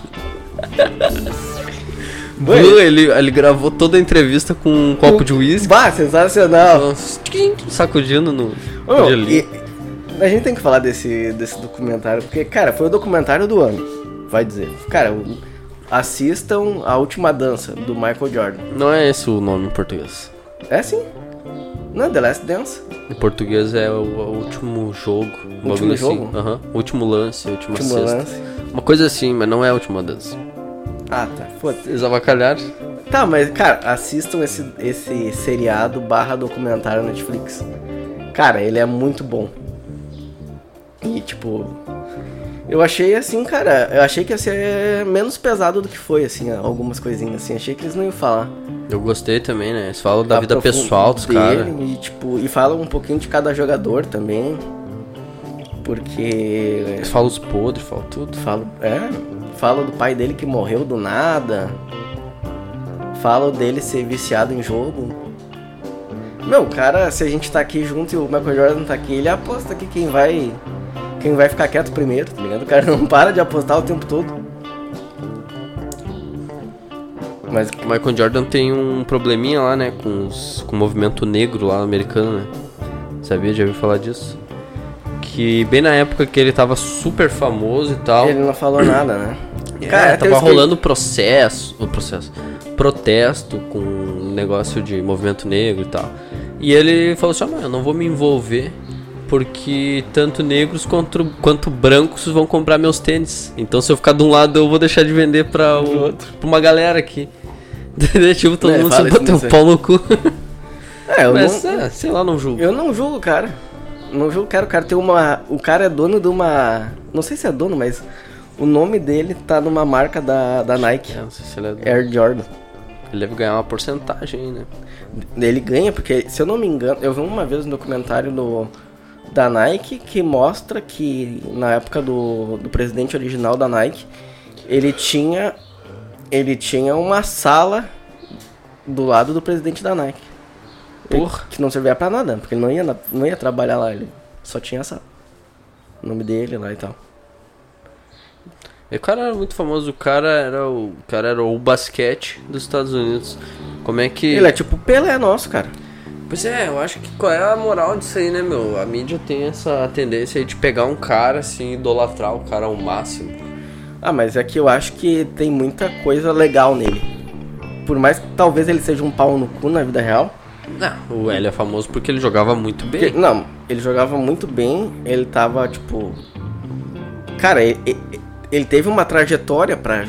Bu,
Ué.
ele, ele gravou toda a entrevista com um copo de uísque,
Bah, sensacional.
nossa, tchim, sacudindo no
Ô, meu,
gelinho.
e- a gente tem que falar desse, desse documentário, porque, cara, foi o documentário do ano, vai dizer. Cara, o- assistam A Última Dança, do Michael Jordan.
Não é esse o nome em português.
É assim? Não, The Last Dance.
Em português é o, o último jogo.
Último
um bagulho assim.
jogo?
Aham. Último lance, última
Último
cesta.
lance.
Uma coisa assim, mas não é a última dança.
Ah, tá. Foda-se.
Eles avacalharam.
Tá, mas, cara, assistam esse, esse seriado barra documentário na Netflix. Cara, ele é muito bom. E, tipo... Eu achei, assim, cara... Eu achei que ia ser menos pesado do que foi, assim, algumas coisinhas, assim. Achei que eles não iam falar.
Eu gostei também, né? Eles falam da vida
aprofundam
pessoal dos
dele
caras.
E, tipo, e fala um pouquinho de cada jogador também. Porque.
Eles falam os podres, falam tudo.
Fala, é, fala do pai dele que morreu do nada. Fala dele ser viciado em jogo. Meu, cara, se a gente tá aqui junto e o Michael Jordan tá aqui, ele aposta que quem vai. Quem vai ficar quieto primeiro, tá ligado? O cara não para de apostar o tempo todo. Mas
O Michael Jordan tem um probleminha lá, né? Com, os, com o movimento negro lá americano, né? Sabia? Já ouviu falar disso? Que bem na época que ele tava super famoso e tal.
ele não falou nada, né?
é,
até eu
tava
esqueci-
rolando processo. O processo. Protesto com um negócio de movimento negro e tal. E ele falou assim: ah, não, eu não vou me envolver. Porque tanto negros quanto, quanto brancos vão comprar meus tênis. Então se eu ficar de um lado, eu vou deixar de vender pra, o- pra uma galera aqui. *laughs* Entendeu? tipo, todo
É,
mundo
fala
se
isso,
bateu
não
o
sei.
pau no cu.
É, eu
*laughs* Mas,
não,
é, sei lá, não julgo.
Eu não julgo o cara. Não julgo o cara. O cara tem uma. O cara é dono de uma. Não sei se é dono, mas. O nome dele tá numa marca da, da Nike,
É, não sei se ele, é-
Air Jordan.
ele deve ganhar uma porcentagem aí, né?
Ele ganha, porque, se eu não me engano, eu vi uma vez um documentário do, da Nike que mostra que na época do, do presidente original da Nike, ele tinha. Ele tinha uma sala do lado do presidente da Nike.
Porra.
Que não servia pra nada, porque ele não ia, na- não ia trabalhar lá, ele só tinha essa. O nome dele lá e tal.
E O cara era muito famoso, o cara era o, o cara era o basquete dos Estados Unidos. Como é que.
Ele é tipo Pelé nosso, cara.
Pois é, eu acho que qual é a moral disso aí, né, meu? A mídia tem essa tendência aí de pegar um cara assim, idolatrar o cara ao máximo.
Ah, mas é que eu acho que tem muita coisa legal nele. Por mais que talvez ele seja um pau no cu na vida real.
Não, o Hélio é famoso porque ele jogava muito
porque-
bem.
não, ele jogava muito bem, ele tava tipo. Cara, e- e- ele, teve uma trajetória pra,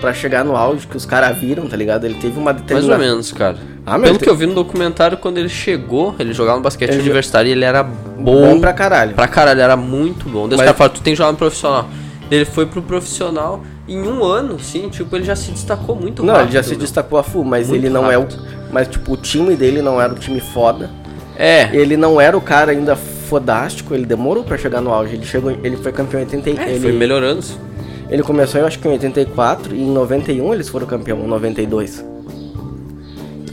pra chegar no auge que os caras viram, tá ligado? Ele teve uma
Mais ou
determinação.
menos, cara.
Ah, meu,
Pelo
tem-
que eu vi no documentário, quando ele chegou, ele jogava no basquete universitário e ele era bom,
Bom pra caralho.
Pra caralho, era muito bom. Daí os
Mas-
caras falaram, tu tem que jogar no profissional. Ele foi pro profissional em um ano, sim, tipo, ele já se destacou muito
Não,
rápido. né?
ele já se
meu.
destacou a full, mas
Muito
ele não
rápido.
é o. Mas, tipo, o time dele não era um time foda.
É,
Ele não era o cara ainda fodástico, ele demorou pra chegar no auge. Ele chegou, ele foi campeão em 80,
é,
ele,
foi melhorando.
Ele começou, eu acho que em 84, e em 91 eles foram campeão, ou 92.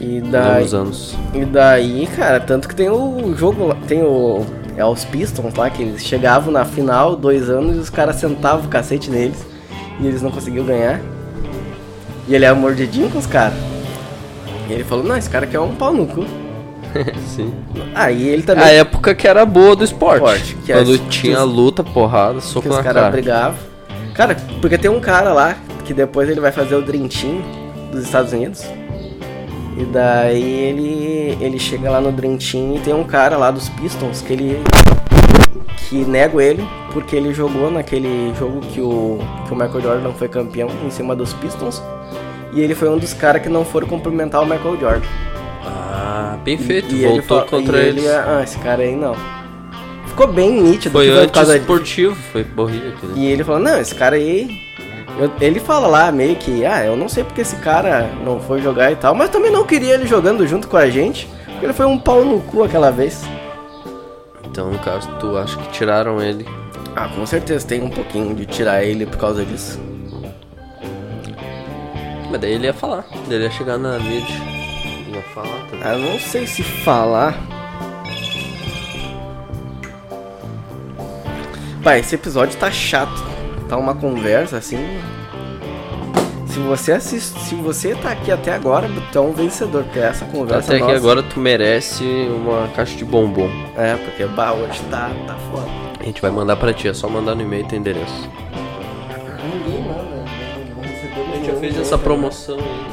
E daí,
Longos anos.
e daí, cara, tanto que tem o jogo, lá- tem o. É os Pistons lá, que eles chegavam na final dois anos e os caras sentavam o cacete neles e eles não conseguiam ganhar. E ele é mordidinho com os caras. E ele falou, não, esse cara aqui é um pau no cu.
*laughs* Sim.
Aí ele também.
A época que era boa do esporte.
Esporte, que
quando
as-
tinha luta, porrada, soco
Que os
na
caras
cara.
brigavam. Cara, porque tem um cara lá que depois ele vai fazer o Dream Team dos Estados Unidos. E daí ele, ele chega lá no Dream Team e tem um cara lá dos Pistons que ele. que nego ele porque ele jogou naquele jogo que o, que o Michael Jordan foi campeão em cima dos Pistons. E ele foi um dos caras que não foram cumprimentar o Michael Jordan.
Ah, bem feito.
E ele
Voltou
fa-
contra
e
eles.
Ah, esse cara aí não. Ficou bem nítido
Foi
que por causa disso.
anti-esportivo. Foi né? horrível aquilo.
E ele falou, não, esse cara aí. eu- ele fala lá meio que, ah, eu não sei porque esse cara não foi jogar e tal, mas também não queria ele jogando junto com a gente, porque ele foi um pau no cu aquela vez.
Então, no caso, tu acha que tiraram ele.
Ah, com certeza tem um pouquinho de tirar ele por causa disso.
Mas daí ele ia falar. Daí Ele ia chegar na mídia. Ele ia falar tá também.
Ah, eu não sei se falar. Pai, esse episódio tá chato. Tá uma conversa assim. Se você assiste, se você tá aqui até agora, tu é um vencedor, porque essa conversa
Tá Até que
nossa-
agora tu merece uma caixa de bombom.
É, porque bah, hoje tá, tá foda.
A gente vai mandar pra ti, é só mandar no e-mail teu endereço.
Ninguém manda. né? Não recebeu
A gente já
nenhum.
fez essa promoção aí.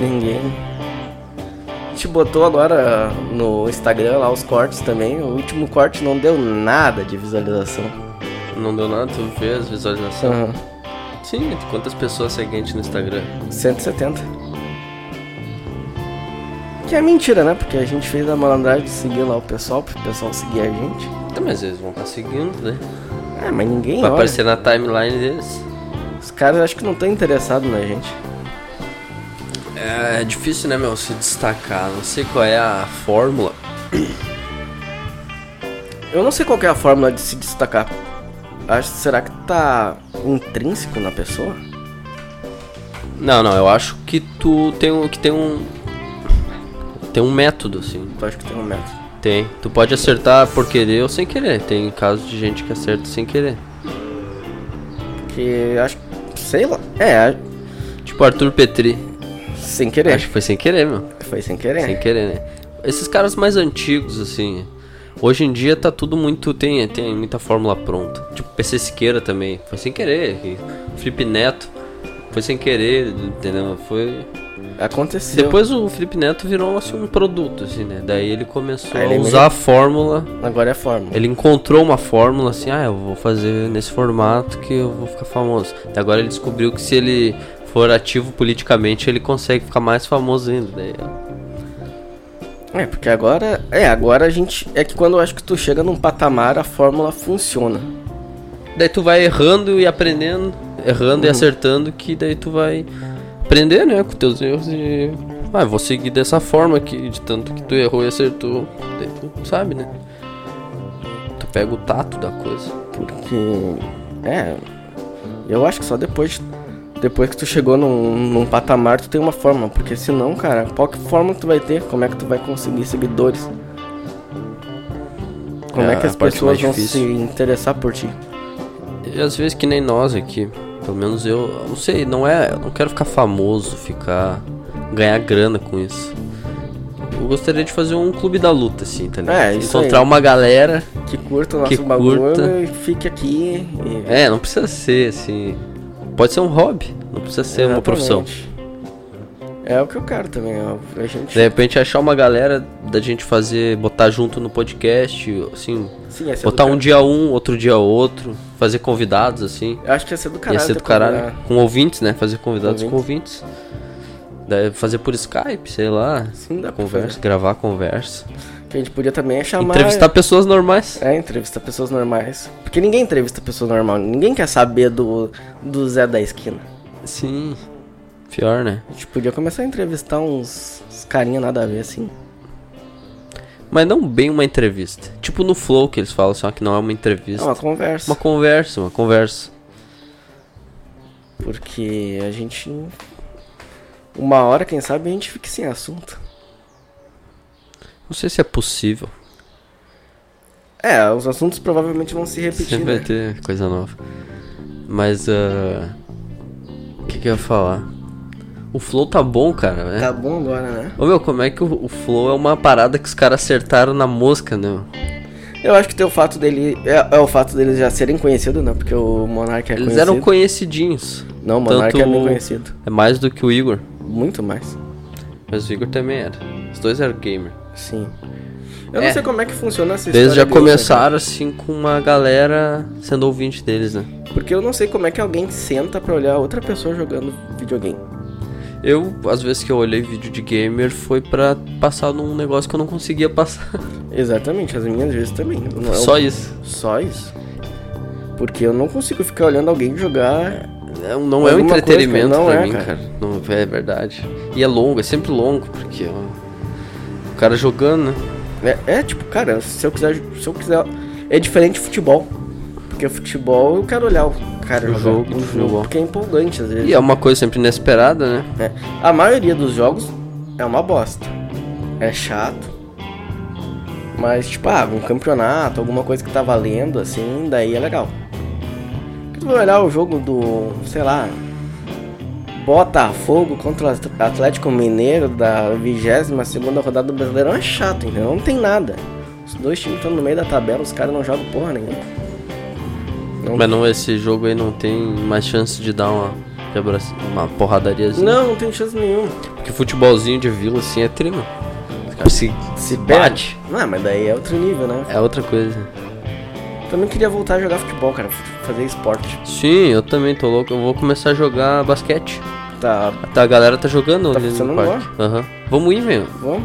Ninguém. A gente botou agora no Instagram lá os cortes também. O último corte não deu nada de visualização.
Não deu nada, tu vê as visualizações.
Aham.
Sim, quantas pessoas seguem a gente no Instagram?
170. Que é mentira, né? Porque a gente fez a malandragem de seguir lá o pessoal, pro pessoal seguir a gente.
Tá, mas eles vão estar seguindo, né?
Ah, mas ninguém
Vai
olha.
aparecer na timeline deles.
Os caras acho que não estão interessados na gente.
É difícil, né, meu, se destacar. Não sei qual é a fórmula.
Eu não sei qual que é a fórmula de se destacar. Acho, será que tá intrínseco na pessoa?
Não, não, eu acho que tu tem um. Que tem um. Tem um método, assim.
Tu acha que tem um método?
Tem. Tu pode acertar por querer ou sem querer. Tem casos de gente que acerta sem querer.
Que acho sei lá. É,
Tipo Arthur Petri.
sem querer.
Acho que foi sem querer, meu.
Foi sem querer.
Sem querer, né? Esses caras mais antigos, assim. Hoje em dia tá tudo muito. Tem, tem muita fórmula pronta. Tipo, PC Siqueira também. Foi sem querer. E Felipe Neto. Foi sem querer, entendeu? Foi.
Aconteceu.
Depois o Felipe Neto virou assim, um produto, assim, né? Daí ele começou
Aí ele
a
me-
usar a fórmula.
Agora é a fórmula.
Ele encontrou uma fórmula assim, ah, eu vou fazer nesse formato que eu vou ficar famoso. Daí Agora ele descobriu que se ele for ativo politicamente, ele consegue ficar mais famoso ainda. Daí,
É, porque agora. É, agora a gente. É que quando eu acho que tu chega num patamar, a fórmula funciona.
daí tu vai errando e aprendendo, errando e acertando, que daí tu vai aprender, né, com teus erros e... Ah, eu vou seguir dessa forma aqui, de tanto que tu errou e acertou. Daí tu sabe, né? Tu pega o tato da coisa.
Porque. É. Eu acho que só depois. Depois que tu chegou num, num patamar, tu tem uma fórmula. Porque senão, cara, qual que fórmula que tu vai ter? Como é que tu vai conseguir seguidores? Como é,
É,
que as
a parte
pessoas
mais
vão se
difícil.
interessar por ti?
E às vezes que nem nós aqui. Pelo menos eu, eu não sei, não é, eu não quero ficar famoso, ficar ganhar grana com isso. Eu gostaria de fazer um clube da luta assim, tá ligado?
É, isso aí.
Encontrar uma galera.
Que curta o nosso
Que
bagulho
curta.
e fique aqui. e-
É, não precisa ser assim. Pode ser um hobby, não precisa ser uma
Exatamente.
profissão.
É o que eu quero também. ó. A gente.
De repente achar uma galera da gente fazer, botar junto no podcast, assim,
Sim, ia ser
botar
do
um dia um, outro dia outro, fazer convidados assim.
car- Eu acho que ia ser do caralho. tá
Ia ser do
até quando
caralho.
era-
Com ouvintes, né? Fazer convidados com ouvintes. Daí fazer por Skype, sei lá.
Sim, dá pra
conversa, gravar conversa.
Que a gente podia também é chamar.
Entrevistar pessoas normais.
É, entrevistar pessoas normais. Porque ninguém entrevista pessoa normal. Ninguém quer saber do, do Zé da esquina.
Sim. Pior, né?
A gente podia começar a entrevistar uns, uns carinha nada a ver assim.
Mas não bem uma entrevista. Tipo no Flow que eles falam, só que não é uma
É
entrevista.
uma conversa.
Uma conversa, uma conversa.
Porque a gente. Uma hora, quem sabe, a gente fique sem assunto.
Não sei se é possível.
É, os assuntos provavelmente vão se repetir.
Sempre
Né?
vai ter coisa nova. Mas, ah, o que, que eu ia falar? O flow tá bom, cara, né?
Tá bom agora, né?
Ô meu, como é que o, o flow é uma parada que os caras acertaram na mosca, né?
Eu acho que tem o fato dele. É, é o fato deles já serem conhecidos, né? Porque o Monark é
Eles
conhecido.
eram conhecidinhos.
Não, o Monark é
tanto
bem
o-
conhecido.
É mais do que o Igor.
Muito mais.
Mas o Igor também era. Os dois eram gamer.
Sim. Eu
É.
não sei como é que funciona essa
Eles
história.
já
de outra,
começaram assim com uma galera sendo ouvinte deles, né?
cara. Porque eu não sei como é que alguém senta pra olhar outra pessoa jogando videogame.
Eu, às vezes que eu olhei vídeo de gamer, foi pra passar num negócio que eu não conseguia passar.
Exatamente, as minhas vezes também. Não é o-
*laughs* Só isso.
Só isso. Porque eu não consigo ficar olhando alguém jogar.
Não, não é
Alguma
um
coisa que
entretenimento
não
pra
é,
mim,
cara.
cara. Não, é verdade. E é longo, é sempre longo, porque ó, o cara jogando, né?
É, é tipo, cara, se eu quiser. Se eu quiser. É diferente de futebol. Porque futebol eu quero olhar o cara
O
jogar.
jogo do
o
futebol.
jogo. Porque é empolgante às vezes.
E é uma coisa sempre inesperada, né?
É. A maioria dos jogos é uma bosta. É chato. Mas, tipo, ah, um campeonato, alguma coisa que tá valendo, assim, daí é legal. Porque tu vai olhar o jogo do, sei lá, Botafogo contra o At- Atlético Mineiro da 22 segunda rodada do Brasileirão é chato, entendeu? Não tem nada. Os dois times estão no meio da tabela, os caras não jogam porra nenhuma. Não
Mas não, esse jogo aí não tem mais chance de dar uma, de abraçar- uma porradaria.
Não, não tem chance nenhuma.
Porque futebolzinho de vila assim é trima. Os caras se,
Se
bate.
perde. Não, mas daí é outro nível, né?
É outra coisa.
Também queria voltar a jogar futebol, cara, f- fazer esporte.
Sim, eu também tô louco. Eu vou começar a jogar basquete.
Tá,
Tá, a galera tá jogando
Tá
ali no
funcionando
parque. Aham. Vamos ir, meu.
vamos?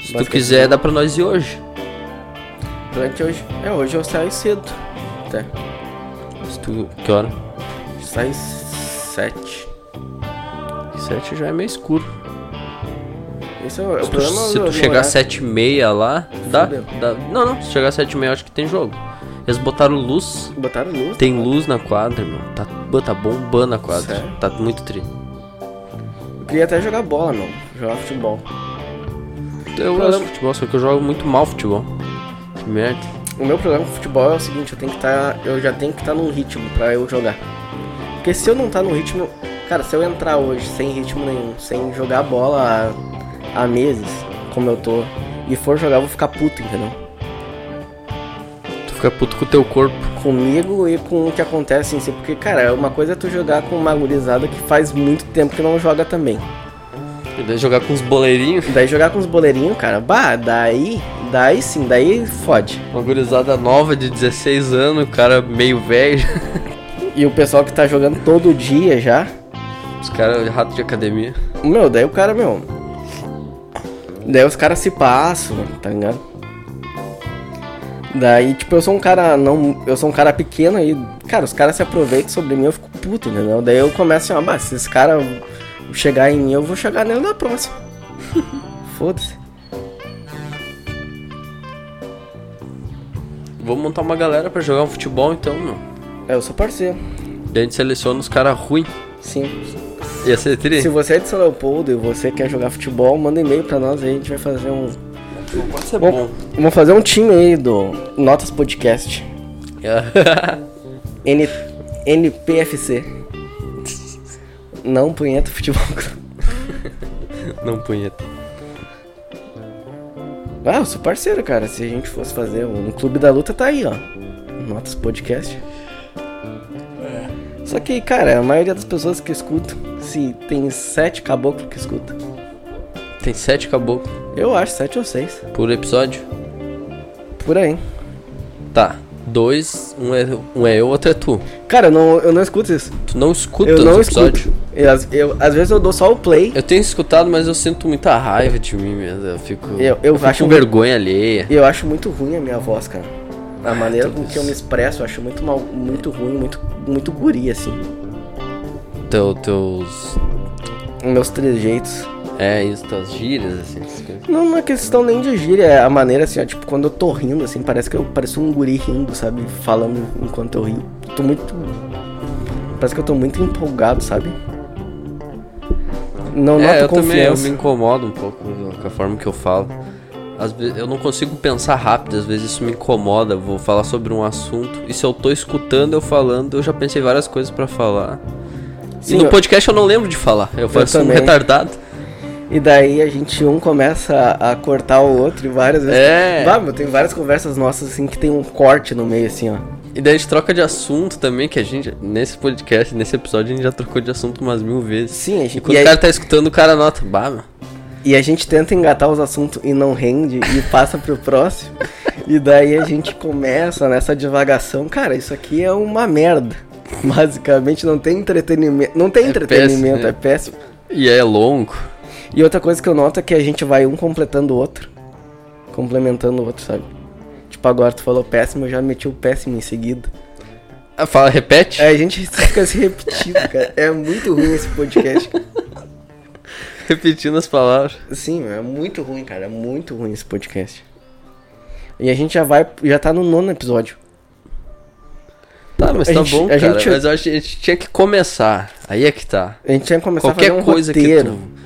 Se tu
Basquete. é
quiser, dá pra nós ir hoje.
Durante hoje. É, hoje eu saio cedo. Até.
Se tu. Que hora?
Sai sete.
Sete já é meio escuro.
Esse é o, é o
Se tu,
problema.
se
do-
tu
do
chegar
horário.
às sete e meia lá, dá,
Fudeu.
dá. Não, não. Se chegar às sete e meia, eu acho que tem jogo. Eles botaram luz.
Botaram luz.
Tem luz na quadra, irmão. Tá, pô, tá bombando a quadra.
Sério?
Tá muito tri.
Eu queria até jogar bola, meu. Jogar futebol. Problema-
Eu gosto de futebol, só que eu jogo muito mal futebol. Que merda.
O meu problema com futebol é o seguinte, eu tenho que estar. eu já tenho que estar num ritmo pra eu jogar. Porque se eu não tá no ritmo. Cara, se eu entrar hoje sem ritmo nenhum, sem jogar bola há, há meses, como eu tô, e for jogar, eu vou ficar puto, entendeu?
Tu fica puto com o teu corpo.
comigo e com o que acontece em si. Porque, cara, uma coisa é tu jogar com uma gurizada que faz muito tempo que não joga também.
E daí jogar com os boleirinhos.
Daí jogar com os boleirinhos, cara, bah, daí, daí sim, daí fode.
Uma gurizada nova de 16 anos, o cara meio velho. *laughs*
E o pessoal que tá jogando todo dia já,
Os caras rato de academia.
meu, daí o cara, meu. Daí os caras se passam, tá ligado? Daí, tipo, eu sou um cara não. Eu sou um cara pequeno e, cara, os caras se aproveitam sobre mim, eu fico puto, entendeu? Daí eu começo assim, ó, "Bah, se esse cara chegar em mim, eu vou chegar nele na próxima. *laughs* Foda-se.
Vou montar uma galera pra jogar um futebol então, meu.
É, eu sou parceiro.
Daí a gente seleciona os caras ruins.
Sim.
Ia ser tri.
Se você é de São Leopoldo e você quer jogar futebol, manda e-mail pra nós aí, a gente vai fazer um.
Pode ser
Bom, vamos fazer um time aí do Notas Podcast. N... NPFC. Não punheta futebol *laughs* clube.
*laughs* Não punheta.
Ah, eu sou parceiro, cara. Se a gente fosse fazer um clube da luta, tá aí, ó. Notas podcast. Só que, cara, a maioria das pessoas que escutam, se tem sete caboclos que escuta.
Tem sete caboclos
Eu acho, sete ou seis.
por episódio.
Por aí.
Tá. Dois, um é, um é eu, outro é tu.
Cara, eu não, eu não escuto isso.
Tu não escuta
Eu
os
não
episódios?
escuto. Eu, às- eu- às vezes eu dou só o play.
Eu tenho escutado, mas eu sinto muita raiva de mim mesmo. Eu fico,
Eu- eu
fico
acho
com
muito-
vergonha alheia.
E eu acho muito ruim a minha voz, cara. A maneira com
Deus.
que eu me expresso, eu acho muito mal, muito ruim, muito, muito guri, assim.
Teu, teus.
Meus trejeitos.
É, isso, tuas gírias, assim. essas coisas.
Não, não é questão nem de gíria, é a maneira assim, ó, tipo, quando eu tô rindo, assim, parece que eu pareço um guri rindo, sabe? Falando enquanto eu rio. Tô muito. Parece que eu tô muito empolgado, sabe? Não
é,
noto
eu também eu me
confiança.
incomodo um pouco com a forma que eu falo. Às vezes, eu não consigo pensar rápido, às vezes isso me incomoda. eu Vou falar sobre um assunto e se eu tô escutando eu falando, eu já pensei várias coisas pra falar.
Sim,
e no
eu-
podcast eu não lembro de falar, eu faço um
também.
retardado.
E daí a gente um começa a a cortar o outro e várias vezes.
É.
Ah, meu, tem várias conversas nossas assim que tem um corte no meio, assim, ó.
E daí a gente troca de assunto também, que a gente, nesse podcast, nesse episódio, a gente já trocou de assunto umas mil vezes.
Sim, a
E
gente.
quando
E,
o
aí-
cara tá escutando, o cara nota, bah, meu.
e a gente tenta engatar os assuntos e não rende e passa pro próximo. e daí a gente começa nessa divagação. Cara, isso aqui é uma merda. Basicamente, não tem entretenimento. Não tem
É
entretenimento,
péssimo,
é péssimo.
E é longo.
E outra coisa que eu noto é que a gente vai um completando o outro. Complementando o outro, sabe? Tipo, agora tu falou péssimo, eu já meti o péssimo em seguida.
Ah, Fala, repete.
É, a gente fica se repetindo, cara. É muito ruim esse podcast. cara.
*laughs* Repetindo as palavras.
Sim, é muito ruim, cara. É muito ruim esse podcast. E a gente já vai, já tá no nono episódio.
Tá, mas
A
tá
gente-
bom,
a
cara.
gente-
Mas eu acho que a gente tinha que começar. Aí é que tá.
A gente tinha que começar
qualquer
a fazer um
coisa
roteiro.
que tu.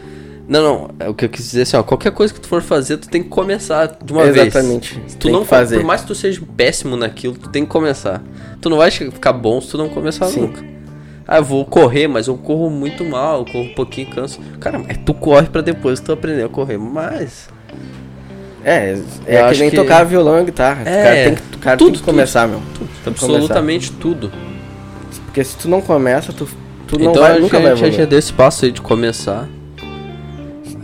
Não, não. é O que eu quis dizer assim, ó. Qualquer coisa que tu for fazer, tu tem que começar de uma vez.
Exatamente.
Se Tu
Tem
não
que fazer.
Por mais que tu seja péssimo naquilo, tu tem que começar. Tu não vai che- ficar bom se tu não começar
Sim.
nunca. Ah, eu vou correr, mas eu corro muito mal, eu corro um pouquinho, canso. Cara, mas tu corre pra depois tu aprender a correr mais.
É,
Eu
é que
acho
nem
que-
tocar violão e guitarra.
É,
o cara tem que, o cara
tudo,
tem que começar, meu. Tem que
Absolutamente tudo.
começar. Porque se tu não começa, tu, tu não
então
vai,
a
nunca
gente
vai
já- já
evoluir.
deu esse passo aí de começar.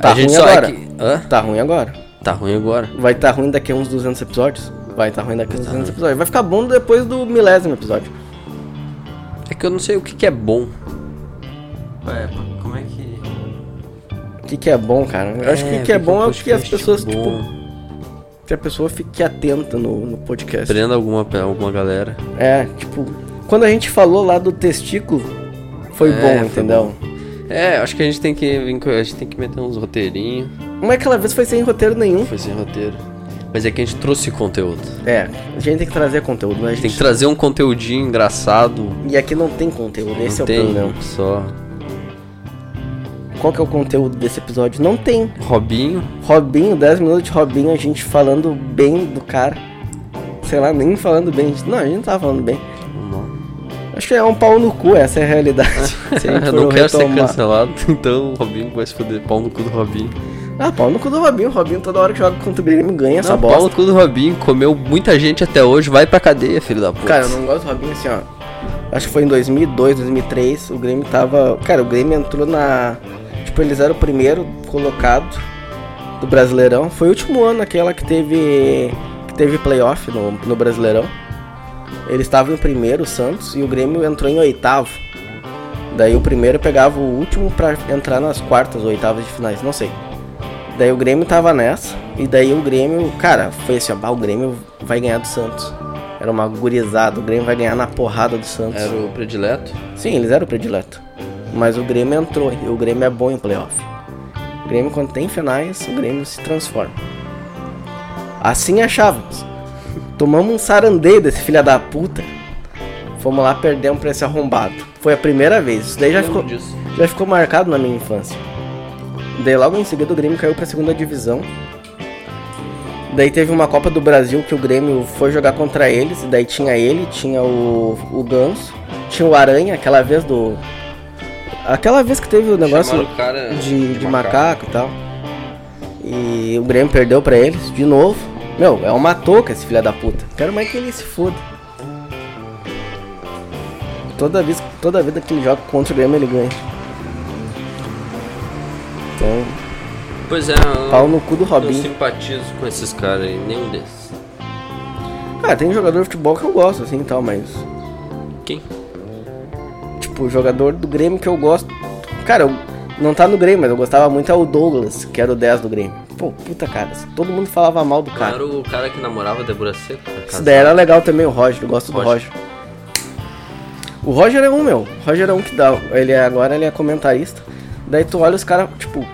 Tá
a gente
ruim
só
agora.
É que... Hã?
Tá ruim agora.
Tá ruim agora.
Vai estar ruim daqui a uns 200 episódios? Vai estar ruim
Tá
daqui a uns 200 episódios. Vai ficar bom depois do milésimo episódio.
É que eu não sei o que, que é bom. É, como é que.
O que, que é bom, cara? Eu acho que o que é
um
bom é o que as pessoas, tipo, que a pessoa fique atenta no, no podcast.
Prenda alguma, alguma galera.
É, tipo, quando a gente falou lá do testículo, foi
É,
bom,
foi
entendeu?
É, acho que a gente tem que. vir com- A gente tem que meter uns roteirinhos.
Mas aquela vez foi sem roteiro nenhum.
Foi sem roteiro. Mas é que a gente trouxe conteúdo.
É, a gente tem que trazer conteúdo, né? A
Tem que
gente...
trazer um conteúdinho engraçado.
E aqui não tem conteúdo, esse
não
é o
tem
problema.
só.
Qual que é o conteúdo desse episódio? Não tem.
Robinho.
Robinho, 10 minutos de Robinho, a gente falando bem do cara. Sei lá, nem falando bem. A gente- Não, a gente não tava falando bem. *laughs* Acho que é um pau no cu, essa é a
*laughs*
realidade. Se a gente
Eu
for
não quero ser
retomar.
cancelado, *laughs* então o Robinho vai se foder. Pau no cu do Robinho.
Ah, pau no cu do Robinho. O Robinho toda hora que joga contra o Grêmio ganha é essa
Não,
bosta.
pau no cu do Robinho comeu muita gente até hoje. Vai pra cadeia, filho da puta.
Cara, eu não gosto do Robinho assim, ó. Acho que foi em 2002, 2003. O Grêmio tava. Cara, o Grêmio entrou na. Tipo, eles eram o primeiro colocado do Brasileirão. Foi o último ano aquela que teve. Que teve playoff no, no Brasileirão. Eles estavam em primeiro, o Santos, e o Grêmio entrou em oitavo. Daí o primeiro pegava o último pra entrar nas quartas ou oitavas de finais, não sei. Daí o Grêmio tava nessa, e daí o Grêmio, cara, foi assim, ó, "Bah, o Grêmio vai ganhar do Santos. Era uma gurizada, o Grêmio vai ganhar na porrada do Santos.
Era o predileto.
Sim, eles eram o predileto. Mas o Grêmio entrou, e o Grêmio é bom em playoff. O Grêmio, quando tem finais, o Grêmio se transforma. Assim achávamos. Tomamos um sarandeio desse filho da puta. Fomos lá, perdemos pra esse arrombado. Foi a primeira vez, isso daí já ficou
disso.
já ficou marcado na minha infância. Daí logo em seguida o Grêmio caiu pra segunda divisão. Daí teve uma Copa do Brasil que o Grêmio foi jogar contra eles, e daí tinha ele, tinha o, o Ganso, tinha o Aranha, aquela vez do. Aquela vez que teve o negócio
Chamaram o cara
de, de macaco e tal. E o Grêmio perdeu pra eles de novo. Meu, é uma touca esse filho da puta. Quero mais que ele se foda. Toda vez, toda vida que ele joga contra o Grêmio ele ganha. Então,
Pois é, eu
pau no cu do
não
Robinho.
simpatizo com esses caras aí, nenhum desses.
Ah, tem jogador de futebol que eu gosto assim e tal, mas.
Quem?
Tipo, jogador do Grêmio que eu gosto. Cara, eu não tá no Grêmio, mas eu gostava muito é o Douglas, que era o 10 do Grêmio. Pô, puta cara, todo mundo falava mal do cara.
Era o cara que namorava a Débora Seco?
Isso daí era legal também, o Roger. Eu gosto do
Tá Roger.
Roger. O Roger é um, meu. O Roger é um que dá. Ele é, agora ele é comentarista. Daí tu olha os caras, tipo.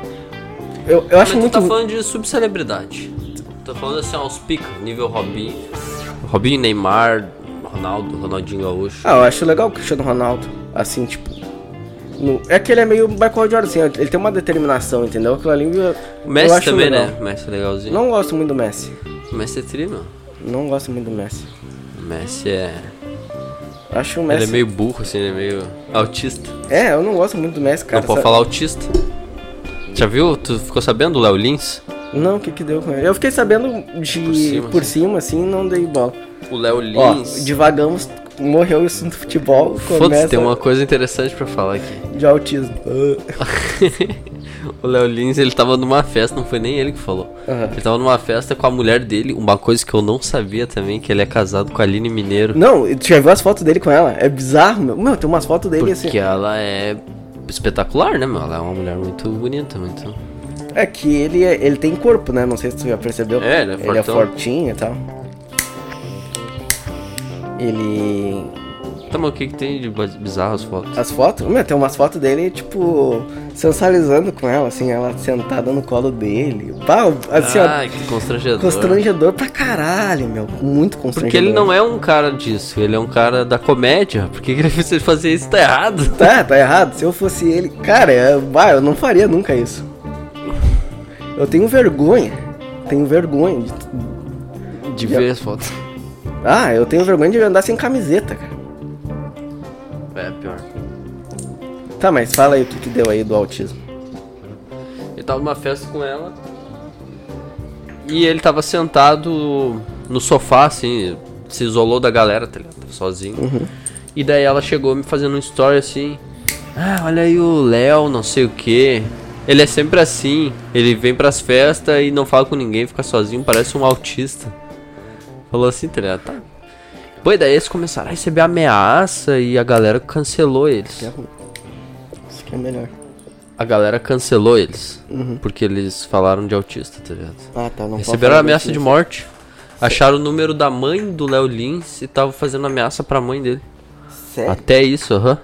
Eu, eu acho
Mas tu
muito.
tá
ru-
falando de subcelebridade. Tô falando assim, ó, os pica, nível Robinho. Robinho, Neymar, Ronaldo, Ronaldinho Gaúcho.
Ah, eu acho legal o Cristiano Ronaldo. Assim, tipo. no- É que ele é meio Michael Jordan, assim, ele tem uma determinação, entendeu? Aquilo ali. eu-
O Messi
eu acho
também,
legal.
né? O Messi é legalzinho.
Não gosto muito do Messi.
O Messi é tri, meu.
Não gosto muito do Messi.
O Messi é.
Acho o
Ele
Messi.
é meio burro, assim, ele é meio autista.
É, eu não gosto muito do Messi, cara.
não pode
sabe?
falar autista. Já viu? Tu ficou sabendo do Léo Lins?
Não, o que que deu com ele? Eu fiquei sabendo de por cima,
Por cima,
assim, não dei bola.
O Léo
Ó,
Lins.
divagamos, morreu o assunto futebol,
Foda-se,
começa
tem uma coisa interessante pra falar aqui.
de autismo.
*laughs* o Léo Lins, ele tava numa festa, não foi nem ele que falou.
Aham.
Ele tava numa festa com a mulher dele, uma coisa que eu não sabia também, que ele é casado com a Aline Mineiro.
Não, tu já viu as fotos dele com ela? É bizarro, meu. Meu, tem umas fotos dele assim.
Porque ela é espetacular, né, meu? Ela é uma mulher muito bonita, muito.
É que ele, é- ele tem corpo, né? Não sei se tu já percebeu.
É, ele é
Ele é
fortão.
fortinho e tal. Ele.
Tá, mas o que, que tem de baz- bizarro as fotos?
As fotos? Meu, tem umas fotos dele, tipo, sensualizando com ela, assim, ela sentada no colo dele. Pá, assim, ó.
Ah, que constrangedor.
Constrangedor pra caralho, meu. Muito constrangedor.
Porque ele não é um cara disso, ele é um cara da comédia. Por que que ele *laughs* fez ele fazer isso? Tá errado.
Tá, tá errado. Se eu fosse ele. Cara, eu, bah, eu não faria nunca isso. Eu tenho vergonha. Tenho vergonha. De...
De ver as fotos.
Ah, eu tenho vergonha de andar sem camiseta, cara.
É, pior.
Tá, mas fala aí o que, que deu aí do autismo.
Ele tava numa festa com ela. E ele tava sentado no sofá, assim, se isolou da galera, tá ligado? Tava sozinho. E daí ela chegou me fazendo um story assim. Ah, olha aí o Léo, não sei o que. Ele é sempre assim. Ele vem pras festas e não fala com ninguém, fica sozinho, parece um autista. Falou assim, tá ligado? Tá. Pô, e daí eles começaram a receber ameaça e a galera cancelou
É
eles.
Isso aqui é melhor.
A galera cancelou eles. Porque eles falaram de autista, tá ligado?
Ah, tá, Uhum. não posso
Receberam
falar
é ameaça de
disso.
morte. Acharam o número da mãe do Léo Lins e tava fazendo ameaça pra mãe dele.
Sério?
Até isso, aham.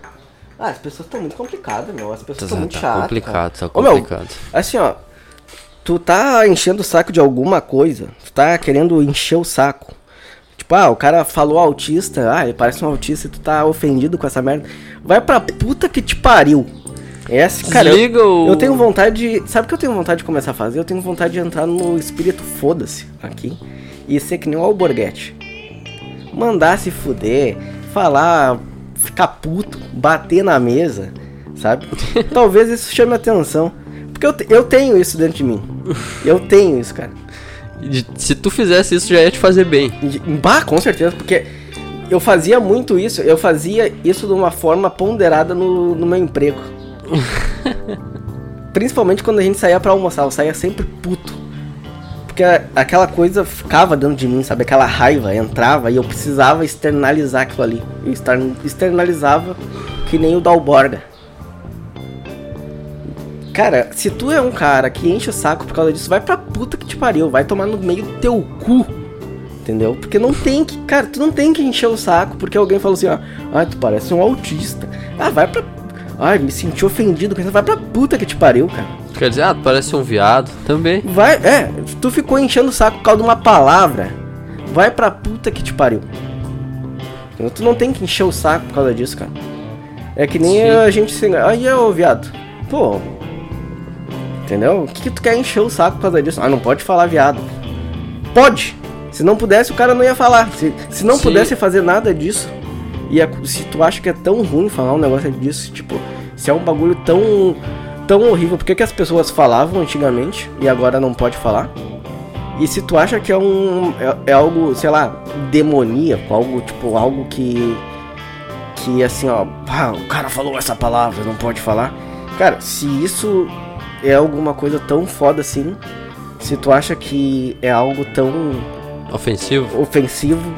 Ah, as pessoas estão muito complicadas, meu. As pessoas
Tá-
estão muito
tá
chatas.
complicado,
cara.
tá
Ô, meu,
complicado.
assim, ó. Tu tá enchendo o saco de alguma coisa. Tu tá querendo encher o saco. Tipo, ah, o cara falou autista. Ah, ele parece um autista e tu tá ofendido com essa merda. Vai pra puta que te pariu. Essa, cara, eu,
Desliga o-
eu tenho vontade de... Sabe o que eu tenho vontade de começar a fazer? Eu tenho vontade de entrar no espírito foda-se aqui. E ser que nem o Alborguete. Mandar se fuder. Falar... Ficar puto. Bater na mesa. Sabe? Talvez isso chame atenção. Porque eu, te- eu tenho isso dentro de mim. Eu tenho isso, cara.
De- Se tu fizesse isso, já ia te fazer bem.
De- Bah, com certeza, porque eu fazia muito isso, eu fazia isso de uma forma ponderada no, no meu emprego. Principalmente quando a gente saía pra almoçar, eu saía sempre puto. Porque a- aquela coisa ficava dentro de mim, sabe? Aquela raiva entrava e eu precisava externalizar aquilo ali. Eu extern- externalizava que nem o Dalborga. Cara, se tu é um cara que enche o saco por causa disso, vai pra puta que te pariu, vai tomar no meio do teu cu. Entendeu? Porque não tem que. Cara, tu não tem que encher o saco porque alguém falou assim, ó. Ai, tu parece um autista. Ah, vai pra. Ai, me senti ofendido com isso. Vai pra puta que te pariu, cara.
Quer dizer, ah, tu parece um viado. Também.
Vai, é, tu ficou enchendo o saco por causa de uma palavra. Vai pra puta que te pariu. Entendeu? Tu não tem que encher o saco por causa disso, cara. É que nem
Sim.
a gente se engana. Aí, ô viado. Pô. Entendeu? O que, que tu quer encher o saco por causa disso? Ah, não pode falar viado. Pode! Se não pudesse, o cara não ia falar. Se, se não
Sim.
pudesse fazer nada disso, e é- se tu acha que é tão ruim falar um negócio disso, tipo, se é um bagulho tão tão horrível, por que, que as pessoas falavam antigamente e agora não pode falar? E se tu acha que é um é, é algo, sei lá, demoníaco, algo tipo algo que que assim, ó, pá, o cara falou essa palavra, não pode falar. Cara, se isso é alguma coisa tão foda assim, se tu acha que é algo tão
Ofensivo.
ofensivo,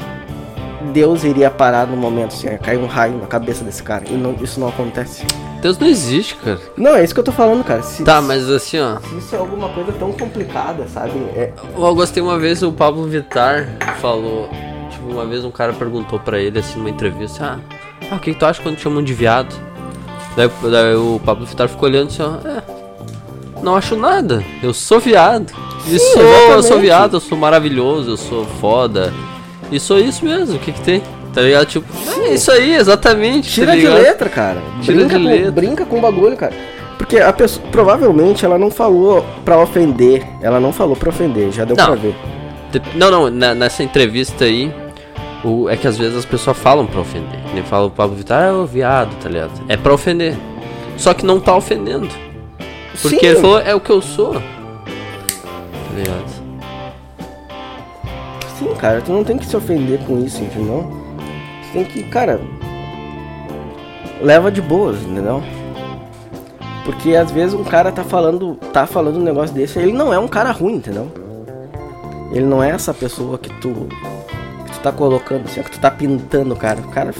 Deus iria parar no momento, assim, cair um raio na cabeça desse cara. E não- isso não acontece.
Deus não existe, cara.
Não, é isso que eu tô falando, cara. Se,
Tá, mas assim, ó.
se isso é alguma coisa tão complicada, sabe? É,
Eu gostei uma vez, o Pablo Vittar falou. Tipo, uma vez um cara perguntou pra ele, assim, numa entrevista: Ah, ah, o que, que tu acha quando te chamam de viado? Daí, daí o Pablo Vittar ficou olhando assim: ó, é, não acho nada, eu sou viado. E sou, eu
exatamente.
sou viado, eu sou maravilhoso, eu sou foda. E sou isso mesmo, o que que tem? Tá ligado? Tipo, é isso aí, exatamente.
Tira
tá
de
ligado?
letra, cara.
Tira
brinca
de
com,
letra.
Brinca com o bagulho, cara. Porque a pessoa, provavelmente, ela não falou pra ofender. Ela não falou pra ofender, já deu
Não.
pra ver.
Te- Não, não, na- nessa entrevista aí, o, é que às vezes as pessoas falam pra ofender. Nem fala o Pablo Vittar, é o viado, tá ligado? É pra ofender. Só que não tá ofendendo. Porque
Sim.
ele falou, é o que eu sou. Tá ligado?
Sim, cara, tu não tem que se ofender com isso, entendeu? Tu tem que, cara. Leva de boas, entendeu? Porque às vezes um cara tá falando, tá falando um negócio desse, ele não é um cara ruim, entendeu? Ele não é essa pessoa que tu que tu tá colocando, assim, que tu tá pintando, cara. O cara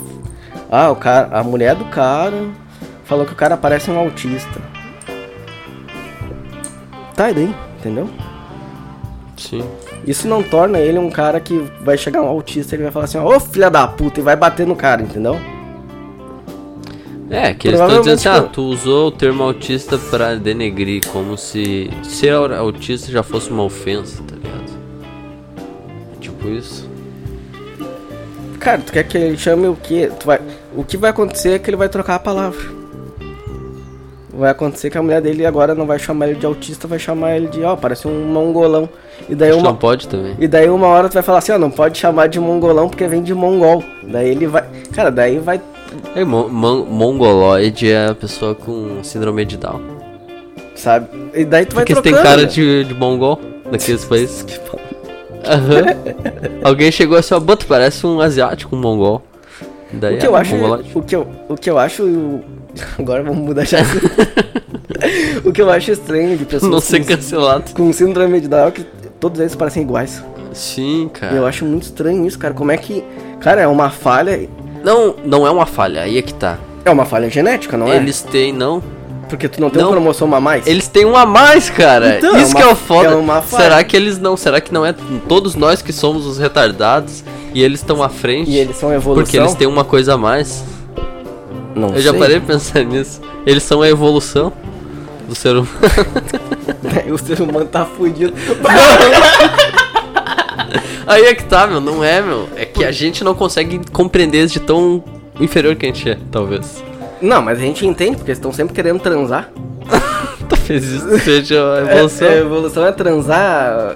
Ah, o cara, a mulher do cara falou que o cara parece um autista. Tá e daí, entendeu?
Sim.
Isso não torna ele um cara que vai chegar um autista e ele vai falar assim, ó, ô filha da puta, e vai bater no cara, entendeu?
É, que eles estão dizendo assim, ah,
Provavelmente não.
tu usou o termo autista pra denegrir, como se ser autista já fosse uma ofensa, tá ligado? É tipo isso.
Cara, tu quer que ele chame o quê? Tu vai... O que vai acontecer é que ele vai trocar a palavra. Vai acontecer que a mulher dele agora não vai chamar ele de autista, vai chamar ele de, ó, parece um mongolão. E daí
Acho que
É uma...
não pode também.
E daí uma hora tu vai falar assim, ó, não pode chamar de mongolão porque vem de mongol. Daí ele vai... Cara, daí vai...
É, mon mon- mongoloide é a pessoa com síndrome de Down.
Sabe? E daí tu vai
Porque você tem
trocando,
cara
né?
de, de mongol daqueles países. *laughs* Aham. Alguém chegou assim, ó, "Bah, tu parece um asiático, um mongol. Daí
O que
é
eu acho,
mongoloide.
o que eu, o que eu acho, *laughs* o- agora vamos mudar já. o que eu acho estranho de pessoas
*laughs* Não ser
com,
cancelado.
com síndrome de Down é que todos eles parecem iguais.
Sim, cara.
E Eu acho muito estranho isso, cara. Como é que, cara, é uma falha,
Não, não é uma falha, aí é que tá.
é uma falha genética, não
Eles têm, não.
é? Porque tu não tem
não.
um cromossomo a mais.
Eles têm um a mais, cara.
Então, é
Isso
uma-
que é o foda.
é uma falha.
Será que eles não? Será que não é todos nós que somos os retardados e eles estão à frente?
E eles são evolução.
Porque eles têm uma coisa a mais.
Não
Eu já
sei.
parei de pensar nisso. Eles são a evolução do ser humano.
*laughs* o ser humano tá fudido. *laughs*
Aí é que tá, meu, não é, meu. É que a gente não consegue compreender de tão inferior que a gente é, talvez.
não, mas a gente entende, porque eles estão sempre querendo transar.
Talvez isso seja *laughs* a evolução.
É, é, evolução é transar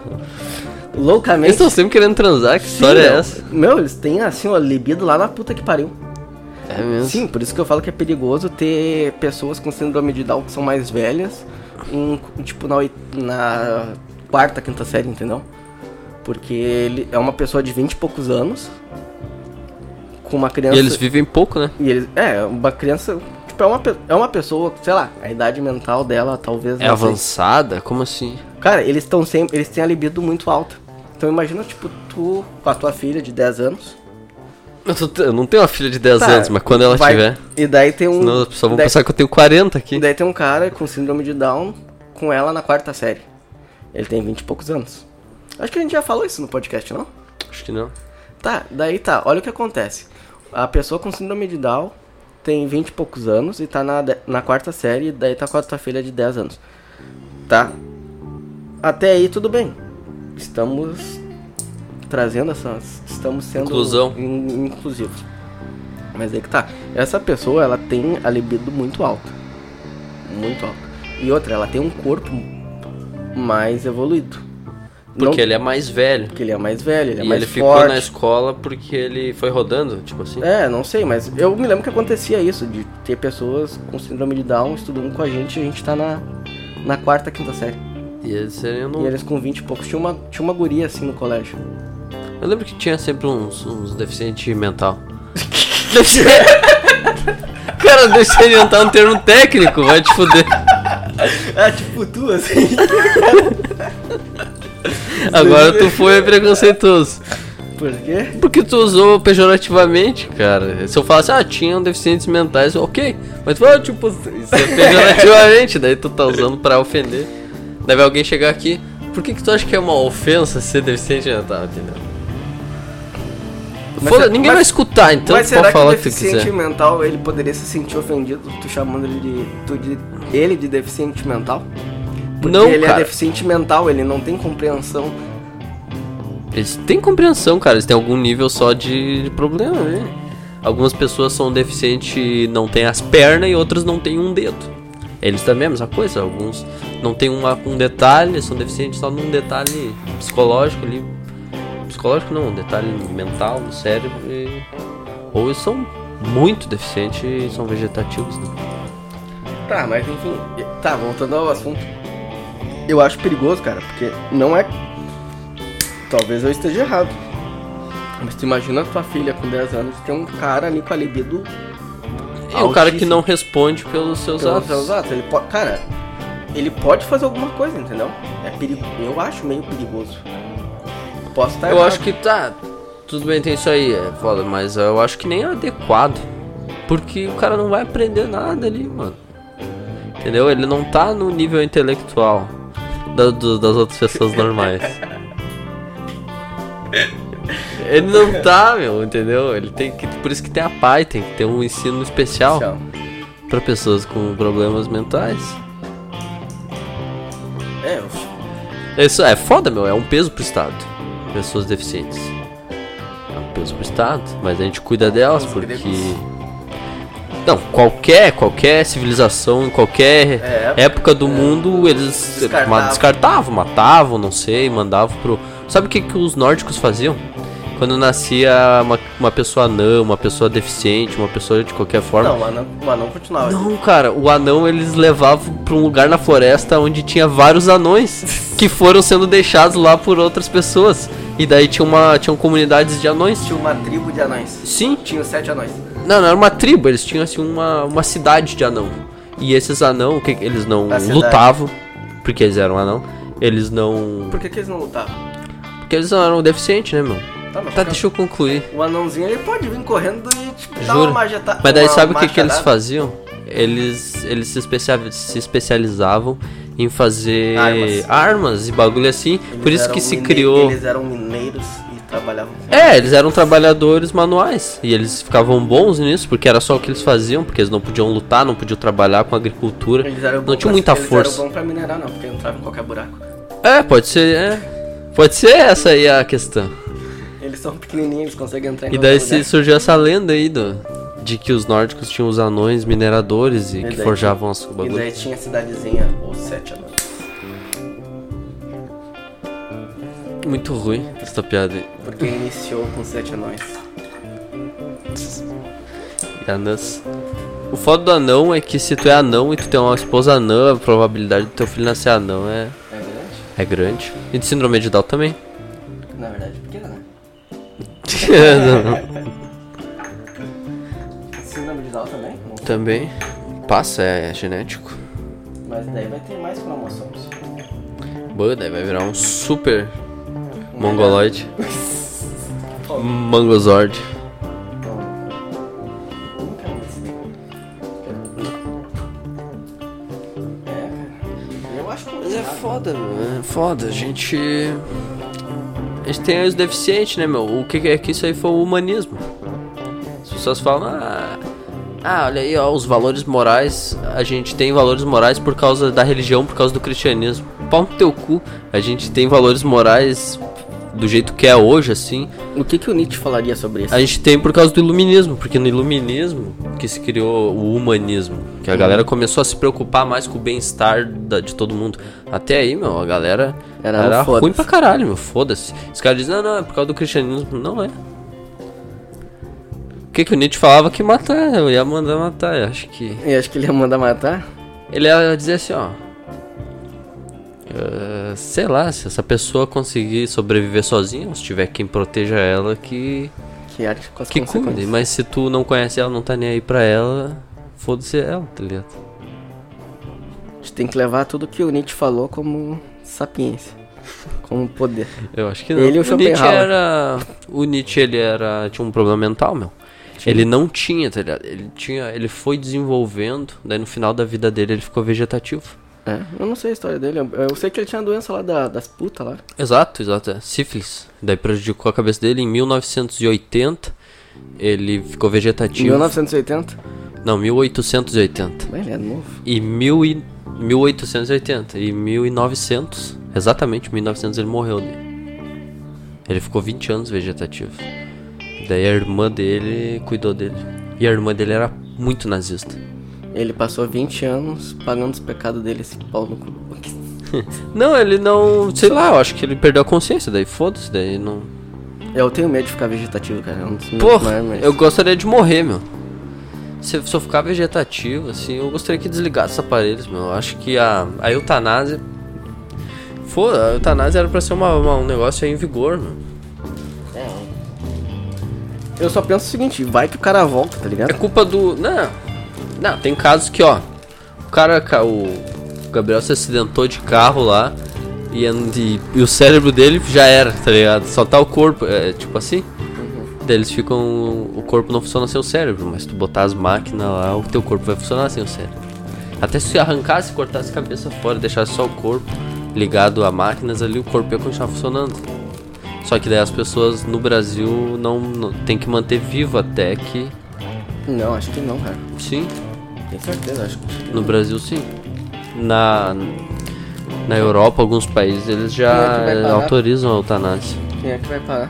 loucamente.
Eles estão sempre querendo transar, que história
Sim,
é
meu.
essa?
Meu, eles têm assim, ó, libido lá na puta que pariu.
É mesmo.
Sim, por isso que eu falo que é perigoso ter pessoas com síndrome de Down que são mais velhas, em, tipo na, oit- na quarta, quinta série, entendeu? Porque ele é uma pessoa de 20 e poucos anos, com uma criança.
E eles vivem pouco, né?
e eles- é, uma criança. Tipo, é uma, pe- é uma pessoa, sei lá, a idade mental dela talvez.
É
não sei.
avançada? Como assim?
Cara, eles estão sempre. Eles têm a libido muito alta. Então imagina, tipo, tu com a tua filha de 10 anos.
Eu, tô- eu não tenho uma filha de 10
Tá,
anos, mas quando ela
vai-
tiver.
E daí tem um.
Senão as pessoas vão
daí-
pensar que eu tenho
E
40 aqui.
daí tem um cara com síndrome de Down com ela na quarta série. Ele tem 20 e poucos anos. Acho que a gente já falou isso no podcast, não?
Acho que não.
Tá, daí tá. Olha o que acontece. A pessoa com síndrome de Down tem 20 e poucos anos e tá na, de- na quarta série, daí tá com a sua filha de 10 anos. Tá? Até aí tudo bem. Estamos trazendo essas. Estamos sendo
Inclusão.
in- inclusivos. Mas aí que tá. Essa pessoa, ela tem a libido muito alta. Muito alta. E outra, ela tem um corpo mais evoluído. Não-
Porque ele é mais velho.
porque ele é mais velho, ele é
e
mais
ele ficou
forte.
na escola porque ele foi rodando, tipo assim.
É, não sei, mas eu me lembro que acontecia isso, de ter pessoas com síndrome de Down estudando com a gente e a gente tá na, na quarta, quinta série.
E eles seriam
E
não.
eles com 20 e poucos. Tinha uma, tinha uma guria assim no *laughs* colégio.
Eu lembro que tinha sempre uns, uns deficiente
*laughs*
mental. Cara, deixa ele entrar um termo técnico, vai te fuder.
Ah, tipo tu, assim.
Agora tu foi preconceituoso.
Por quê?
Porque tu usou pejorativamente, cara. Se eu falasse, ah, tinham deficientes mentais, ok. Mas tu falou, tipo, isso é pejorativamente, daí tu tá usando pra ofender. Deve alguém chegar aqui. Por que, que tu acha que é uma ofensa ser deficiente mental, entendeu?
Mas
Foda,
se-
ninguém
mas-
vai escutar, então
mas
tu pode
será que o
falar o que tu quiser.
deficiente mental ele poderia se sentir ofendido tu chamando ele de, tu de- ele de deficiente mental? Porque
Não,
ele é
cara.
deficiente mental, ele não tem compreensão
Eles têm compreensão, cara. Eles têm algum nível só de, de problema, né? Algumas pessoas são deficientes e não têm as pernas e outras não têm um dedo. Eles também é a mesma coisa. Alguns não têm uma, um detalhe, são deficientes só num detalhe psicológico ali. Psicológico não, um detalhe mental do cérebro. e- Ou eles são muito deficientes e são vegetativos, né?
Tá, mas enfim, tá, voltando ao assunto. Eu acho perigoso, cara, porque não é. Talvez eu esteja errado. Mas tu imagina a tua filha com 10 anos ter um cara ali com a libido.
É o cara que
altíssima
não responde pelos seus
pelos
atos.
seus atos. Ele pode, cara, ele pode fazer alguma coisa, entendeu? É perigo, eu acho meio perigoso. Posso estar
Eu
errado.
acho que tá. Tudo bem, tem isso aí, é foda, mas eu acho que nem é adequado. Porque o cara não vai aprender nada ali, mano. Entendeu? Ele não tá no nível intelectual da- do- das outras *laughs* pessoas normais. Ele não tá, meu, entendeu? Ele tem que. Por isso que tem a PAI, tem que ter um ensino especial
Tchau.
pra pessoas com problemas mentais.
É, eu-
Isso é foda, meu. É um peso pro Estado. Pessoas deficientes. É um peso pro Estado. Mas a gente cuida delas
Os
porque.
gregos.
Não, qualquer, qualquer civilização, em qualquer
É.
época do mundo, eles
Descartavam.
ma- descartavam, matavam, não sei, mandavam pro. Sabe o que, que os nórdicos faziam? Quando nascia uma, uma pessoa anã, uma pessoa deficiente, uma pessoa de qualquer forma.
não, mas não, mas não continuava.
Não, cara, o anão eles levavam pra um lugar na floresta onde tinha vários anões que foram sendo deixados lá por outras pessoas. E daí tinha uma, tinham comunidades de anões. um-
Tinha uma tribo de anões.
Sim, tinha-
Tinha sete anões.
não, não era uma tribo, eles tinham assim uma, uma cidade de anão. E esses anão, o que que- eles não
A cidade.
lutavam, porque eles eram anão. Eles não.
Por que, que eles não lutavam?
Porque eles não eram deficientes, né, meu?
Tá, mas
Tá,
fica-
deixa eu concluir.
O anãozinho ele pode vir correndo e tipo, dar
Juro.
uma majeta...
Mas daí
uma
sabe o que, que eles
machadada.
faziam? Eles, eles se, especia- se especializavam em fazer
Armas.
armas, e bagulho assim.
Eles
Por isso
eram
que se
mine-
criou.
Eles eram mineiros e trabalhavam.
É, eles eram trabalhadores manuais. E eles ficavam bons nisso, porque era só o que eles faziam, porque eles não podiam lutar, não podiam trabalhar com agricultura.
Eles eram
É, Não
bons
tinha
pra-
muita
eles
força.
eram bons pra minerar, não, porque entravam em qualquer buraco.
É, pode ser. é. Pode ser essa aí a questão.
Eles são pequenininhos, eles conseguem entrar em
E daí
qualquer
se é
lugar.
surgiu essa lenda aí do, de que os nórdicos tinham os anões mineradores e,
daí
que
tinha-
forjavam as
E
um bagulho.
daí tinha a cidadezinha, ou sete anões.
Muito ruim essa piada aí.
Porque iniciou com sete anões.
Anãs. O foda do anão é que se tu é anão e tu tem uma esposa anã, a probabilidade do teu filho nascer anão é,
É verdade?
é grande. E de síndrome de Down também. *laughs*
Na verdade, pequena, né? Síndrome de Down também? não.
também. Passa, é, genético.
Mas daí vai ter mais cromossomos.
Buda daí vai virar um super mongoloide. Mangozord.
Então, nunca mais. É, cara. Eu acho que
Mas é foda, meu. É foda. A gente. A gente tem os deficientes, né, meu? O que que é que isso aí foi o humanismo? As pessoas falam, ah, ah, olha aí, ó, os valores morais. A gente tem valores morais por causa da religião, por causa do cristianismo. Pau no teu cu. A gente tem valores morais do jeito que é hoje, assim.
O que, que o Nietzsche falaria sobre isso?
A gente tem por causa do iluminismo, porque no iluminismo que se criou o humanismo, que a galera começou a se preocupar mais com o bem-estar da- de todo mundo. Até aí, meu, a galera
Era
era,
um foda-se.
ruim pra caralho, meu, foda-se. Os caras dizem, não, não, é por causa do cristianismo. Não é. O que, que o Nietzsche falava que matar, eu ia mandar matar, eu acho que.
Eu acho que ele ia mandar matar.
Ele ia dizer assim, ó. "Ah, sei lá, se essa pessoa conseguir sobreviver sozinha, ou se tiver quem proteja ela, que
Que arte com as
que
consequências.
cuide, mas se tu não conhece ela, não tá nem aí pra ela, foda-se ela, tá ligado?
A gente tem que levar tudo que o Nietzsche falou como sapiência. Como poder.
Eu acho que não.
Ele e o
o Nietzsche
Schopenhauer.
era. O Nietzsche, ele era. Tinha um problema mental, meu. Ele não tinha, tá ligado? Ele tinha. Ele foi desenvolvendo, daí no final da vida dele ele ficou vegetativo.
É, eu não sei a história dele. Eu, eu sei que ele tinha a doença lá da- das putas lá.
Exato, exato. é. Sífilis. Daí prejudicou a cabeça dele em 1980. Ele ficou
Em
vegetativo.
1980.
Não, 1880.
Ué, ele é novo.
E, mil e 1880 e 1900, exatamente 1900 ele morreu. Né? Ele ficou 20 anos vegetativo. Daí a irmã dele cuidou dele. E a irmã dele era muito nazista.
Ele passou 20 anos pagando os pecados dele, esse pau no cu.
Não, ele não. Sei lá, eu acho que ele perdeu a consciência, daí foda-se, daí não.
Eu tenho medo de ficar vegetativo, cara. É um dos meus
Porra,
maiores medos.
eu gostaria de morrer, meu. Se eu só ficar vegetativo, assim, eu gostaria que desligasse os aparelhos, meu. Eu acho que a, a eutanásia. Foda, a eutanásia era pra ser uma, uma- um negócio aí em vigor, meu.
Eu só penso o seguinte, vai que o cara volta, tá
É
ligado?
culpa do. Não. Não, tem casos que, ó. O cara. ca- O Gabriel se acidentou de carro lá. E, an- e- e o cérebro dele já era, tá ligado? Só tá o corpo. É tipo assim. Daí eles ficam. O corpo não funciona sem o cérebro. Mas se tu botar as máquinas lá, o teu corpo vai funcionar sem o cérebro. Até se arrancasse, cortasse a cabeça fora, deixasse só o corpo ligado a máquinas ali, o corpo ia continuar funcionando. Só que daí as pessoas no Brasil não, não tem que manter vivo até que.
*laughs* Não, acho que não, cara.
Sim,
Tenho certeza, acho que...
no Brasil sim. Na na Europa, alguns países eles já
Como é que vai parar?
autorizam a eutanásia.
Quem é que vai parar?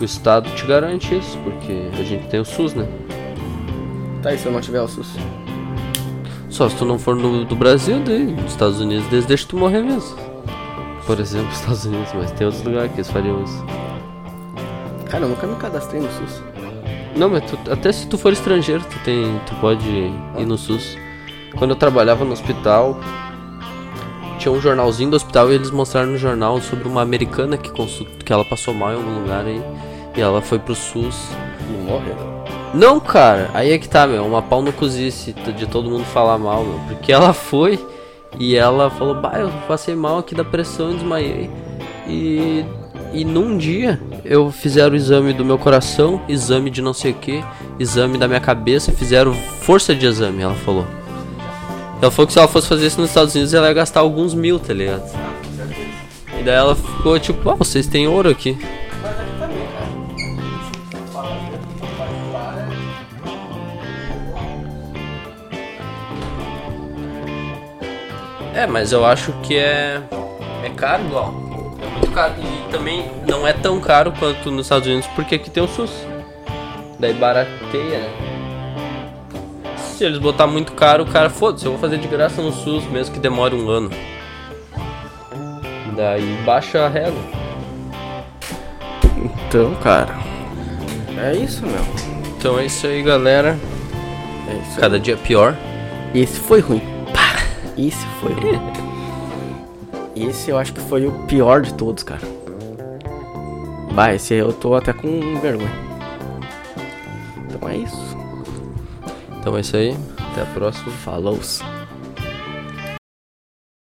O Estado te garante isso, porque a gente tem o SUS, né?
Tá, e se eu não tiver o SUS?
Só se tu não for no, do Brasil, daí nos Estados Unidos eles deixam tu morrer mesmo. Por exemplo, os Estados Unidos, mas tem outros lugares que eles fariam isso.
Cara, eu nunca me cadastrei no SUS.
Não, mas tu- até se tu for estrangeiro, tu, tem, tu pode ir no SUS. Quando eu trabalhava no hospital, tinha um jornalzinho do hospital e eles mostraram no jornal sobre uma americana que, consu- que ela passou mal em algum lugar aí. E ela foi pro SUS.
E morreu.
Não, cara, aí é que tá, meu. Uma pau no cozice t- de todo mundo falar mal, meu. Porque ela foi e ela falou: Bah, eu passei mal aqui da pressão e desmaiei. E, e num dia eu fizeram o exame do meu coração, exame de não sei o que, exame da minha cabeça, fizeram força de exame, ela falou. Ela falou que se ela fosse fazer isso nos Estados Unidos, ela ia gastar alguns mil, tá ligado? E daí ela ficou tipo: Ah, vocês têm ouro aqui. É, mas eu acho que é. É caro igual. É muito caro. E também não é tão caro quanto nos Estados Unidos, porque aqui tem o SUS. Daí barateia, né? Se eles botar muito caro, o cara, foda-se, eu vou fazer de graça no SUS, mesmo que demore um ano. Daí baixa a régua.
Então, cara... É isso, meu.
Então é isso aí, galera.
É isso.
Cada dia pior.
Esse foi ruim. Pá! Esse foi ruim. Esse eu acho que foi o pior de todos, cara. Bah, esse eu tô até com vergonha. Então é isso.
Então é isso aí. Até a próxima.
Falou.